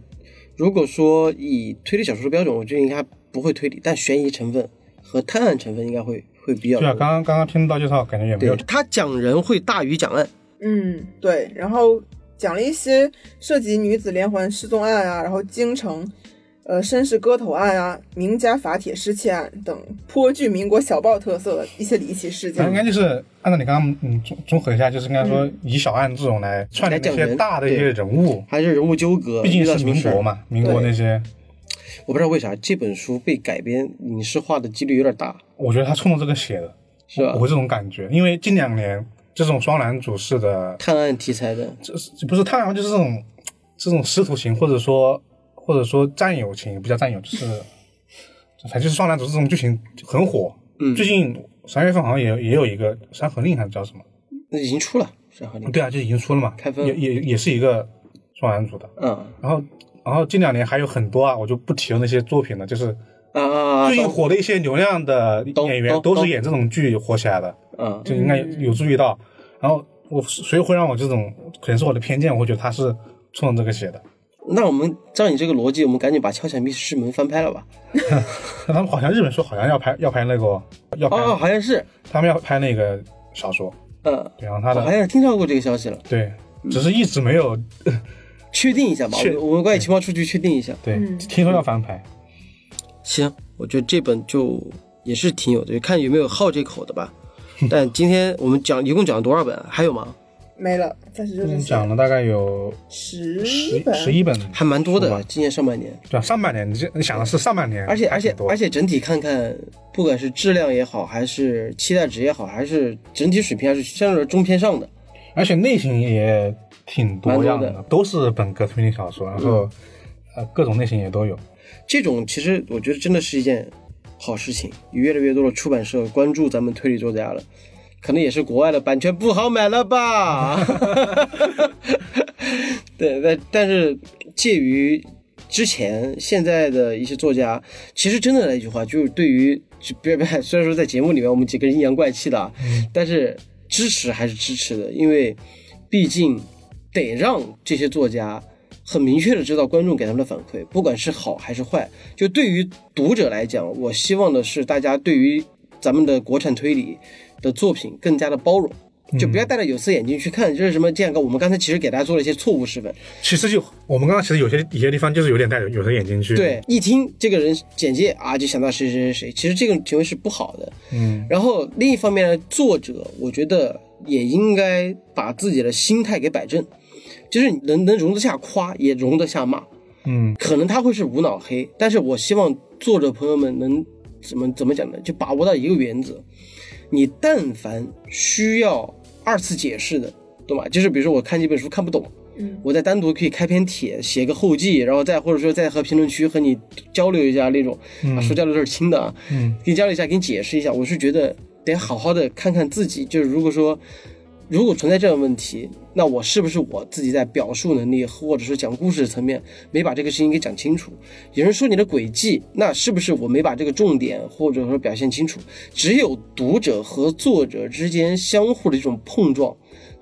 S1: 如果说以推理小说的标准，我觉得应该不会推理，但悬疑成分和探案成分应该会会比较
S2: 对啊，
S1: 多。
S2: 刚刚刚刚听到介绍，感觉也没有
S1: 对，他讲人会大于讲案，
S3: 嗯，对，然后讲了一些涉及女子连环失踪案啊，然后京城，呃，绅士割头案啊，名家法帖失窃案等颇具民国小报特色的一些离奇事
S2: 反正应
S3: 件。
S2: 该就是按照你刚刚嗯综综合一下，就是应该说以小案这种来串联
S1: 来讲
S2: 那些
S1: 人
S2: 大的一些
S1: 对
S2: 人物，
S1: 还是人物纠葛，
S2: 毕竟
S1: 遇到
S2: 是
S1: 什么
S2: 民
S1: 事儿
S2: 国。嘛，民国那些，
S1: 我不知道为啥这本书被改编影视化的几率有点大，
S2: 我觉得他冲着这个写的，
S1: 是啊吧
S2: 我？会这种感觉，因为近两年这种双男主式的，
S1: 探案题材的，
S2: 这是不是太阳就是这种这种师徒情，或者说或者说战友情，不叫战友，就是反正就是双男主这种剧情很火，嗯，最近三月份好像也也有一个《山河令》还是叫什么？
S1: 那已经
S2: 哦
S1: 出了《山河令》。
S2: 对啊，就已经出了嘛，
S1: 开分
S2: 也也也是一个双男主的，
S1: 嗯
S2: 然后然后近两年还有很多啊，我就不提了那些作品了，就是
S1: 啊啊啊
S2: 最！近火的一些流量的
S1: 懂
S2: 演员
S1: 懂
S2: 都是
S1: 懂
S2: 演这种剧火起来的，
S1: 嗯
S2: 就应该有注意到。然后我所以会让我这种可能是我的偏见，我会觉得他是冲着这个写的。
S1: 那我们照你这个逻辑，我们赶紧把《敲响密室之门》翻拍了吧？
S2: 那他们好像日本说好像要拍要拍那个哦要拍、
S1: 哦，好像是，
S2: 他们要拍那个小说，
S1: 嗯，
S2: 对，然后
S1: 我
S2: 他
S1: 好
S2: 的
S1: 像是听到过这个消息了。
S2: 对，只是一直没有
S1: 确定一下吧，我
S2: 确
S1: 们我们关于情报数据确定一下。
S2: 对，听说要翻拍，
S1: 行，我觉得这本就也是挺有的，看有没有好这口的 吧。但今天我们讲一共讲了多少本啊？还有吗？
S3: 没了，暂时就这些。
S2: 讲了大概有
S3: 十
S2: 嗯十
S3: 本，
S2: 十一本，
S1: 还蛮多
S2: 是
S1: 的
S2: 吧，
S1: 今年上半年。
S2: 对吧？上半年你这你想的是上半年，
S1: 而且而且
S2: 还挺多
S1: 而且整体看看，不管是质量也好，还是期待值也好，还是整体水平还是相对来说中偏上的。
S2: 而且类型也挺多样
S1: 蛮多嗯
S2: 都是本格推理小说，然后、呃各种类型也都有。
S1: 这种其实我觉得真的是一件好事情，也越来越多的出版社关注咱们推理作家了。可能也是国外的版权不好买了吧，对，但但是介于之前现在的一些作家，其实真的那句话就是对于，就别别，虽然说在节目里面我们几个人阴阳怪气的啊，但是支持还是支持的，因为毕竟得让这些作家很明确的知道观众给他们的反馈，不管是好还是坏。就对于读者来讲，我希望的是大家对于咱们的国产推理的作品更加的包容。
S2: 嗯
S1: 就不要戴着有色眼镜去看，就是什么这样一个，我们刚才其实给大家做了一些错误示范。
S2: 其实就我们刚刚其实有些有些地方就是有点带有有色眼镜去，
S1: 对，，一听这个人简介啊，就想到谁谁谁谁，其实这种行为是不好的。
S2: 嗯，
S1: 然后另一方面呢，作者我觉得也应该把自己的心态给摆正，就是你能能容得下夸，也容得下骂。
S2: 嗯，
S1: 可能他会是无脑黑，但是我希望作者朋友们能怎么怎么讲呢？就把握到一个原则，你但凡需要二次解释的，懂吧？就是比如说我看这本书看不懂，
S3: 嗯，
S1: 我再单独可以开篇帖，写个后记，然后再或者说再和评论区和你交流一下那种，啊，说交流有点轻的啊，
S2: 嗯，
S1: 给你交流一下，给你解释一下。我是觉得得好好的看看自己，就是如果说如果存在这样的问题，那我是不是我自己在表述能力或者是讲故事层面没把这个事情给讲清楚？有人说你的轨迹，那是不是我没把这个重点或者说表现清楚？只有读者和作者之间相互的一种碰撞。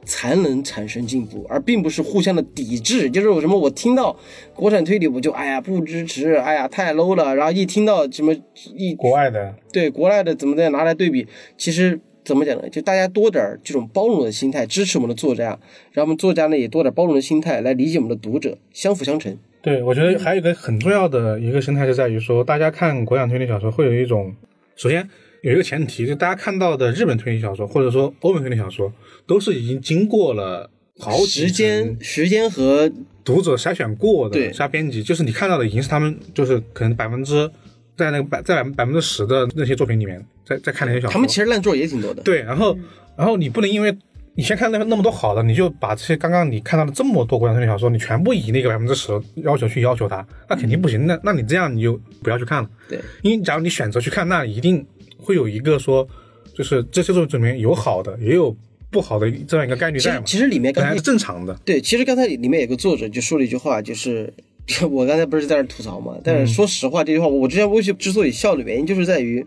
S1: 才能产生进步，而并不是互相的抵制。就是有什么我听到国产推理，我就哎呀不支持，哎呀太 low 了。然后一听到什么一
S2: 国外的，
S1: 对国外的怎么再拿来对比，其实怎么讲呢？就大家多点儿这种包容的心态，支持我们的作家，让我们作家呢也多点儿包容的心态来理解我们的读者，相辅相成。
S2: 对我觉得还有一个很重要的一个心态是在于说，大家看国产推理小说会有一种，首先有一个前提，就大家看到的日本推理小说或者说欧美推理小说，都是已经经过了好几
S1: 时间、时间和
S2: 读者筛选过
S1: 对
S2: 的加编辑，就是你看到的已经是他们就是可能百分之在那个百在百分百分之十的那些作品里面，在在看那些小说，
S1: 他们其实嗯烂作也挺多的。
S2: 对，然后然后你不能因为你先看那那么多好的，你就把这些刚刚你看到的这么多国产推理小说，你全部以那个百分之十要求去要求它，那肯定不行。那那你这样你就不要去看了，
S1: 嗯对
S2: 因为假如你选择去看，那一定会有一个说，就是这些作品里面有好的，也有不好的这样一个概率
S1: 其
S2: 在
S1: 实
S2: 嘛，
S1: 其实里面刚才
S2: 本来是正常的。
S1: 对，其实刚才里面有个作者就说了一句话，就是 我刚才不是在那儿吐槽嘛，但是说实话，这句话我之前为什之所以笑的原因，就是在于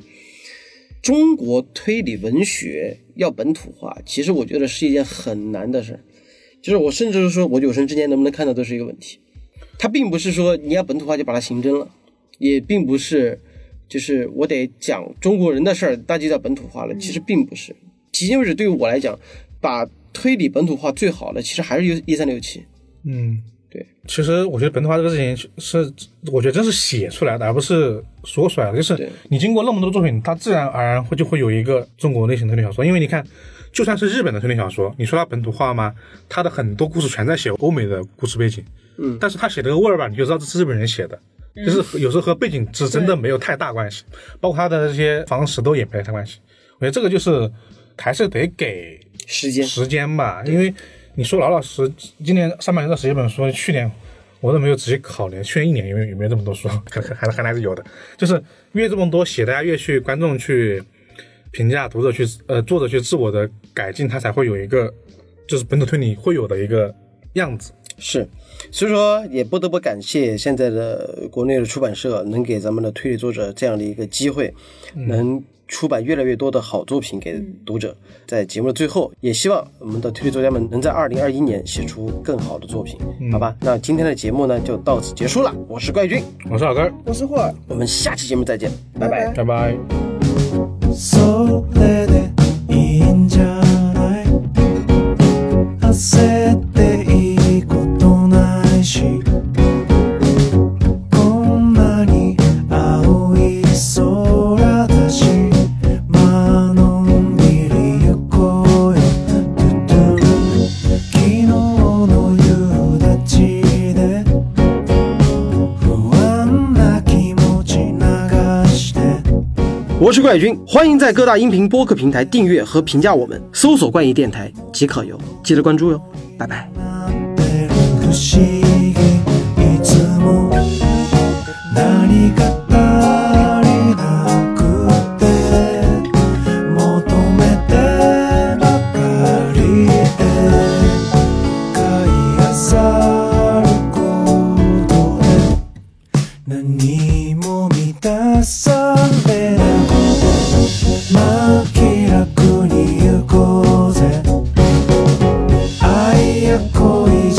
S1: 中国推理文学要本土化，其实我觉得是一件很难的事儿。就是我甚至是说，我有生之年能不能看到都是一个问题。它并不是说你要本土化就把它刑侦了，也并不是就是我得讲中国人的事儿，那就叫本土化了。其实并不是，迄今为止对于我来讲，把推理本土化最好的，其实还是一一三六七。
S2: 嗯，
S1: 对。
S2: 其实我觉得本土化这个事情是，我觉得真是写出来的，而不是说出来的。就是
S1: 对
S2: 你经过那么多作品，它自然而然会就会有一个中国类型的推理小说。因为你看，就算是日本的推理小说，你说它本土化吗？它的很多故事全在写欧美的故事背景，
S1: 嗯
S2: 但是它写这个味儿吧，你就知道这是日本人写的。就是有时候和背景是真的没有太大关系，包括他的这些方式都也没太关系。我觉得这个就是还是得给
S1: 时间
S2: 时间吧，因为你说老老实，实，今年上半年的十几本书，去年我都没有仔细考虑，去年一年有没有有没有这么多书，可 能还还还是有的，就是越这么多写，大家越去观众去评价，读者去呃作者去自我的改进，他才会有一个就是本土推理会有的一个样子。
S1: 是，所以说也不得不感谢现在的国内的出版社，能给咱们的推理作者这样的一个机会，能出版越来越多的好作品给读者。在节目的最后，也希望我们的推理作家们能在二零二一年写出更好的作品，好吧？那今天的节目呢就到此结束了，我是怪君，
S2: 我是老根儿，
S3: 我是霍尔，
S1: 我们下期节目再见，拜
S3: 拜
S1: 拜
S2: 拜
S3: 拜
S2: 拜。
S4: So let it 인잖아焦っていいことないしこんなに青い空だしまあのんびり行こうよトゥトゥトゥ昨日の夕立ちで不安な気持ち流して
S1: 我是怪君，欢迎在各大音频播客平台订阅和评价我们，搜索“怪异电台”即可哟，记得关注哟，拜拜。
S4: なってる不思議いつも何か足りなくて求めてばかりで買い漁ることで何も満たされなくてまあ気楽に行こうぜ愛や恋じゃ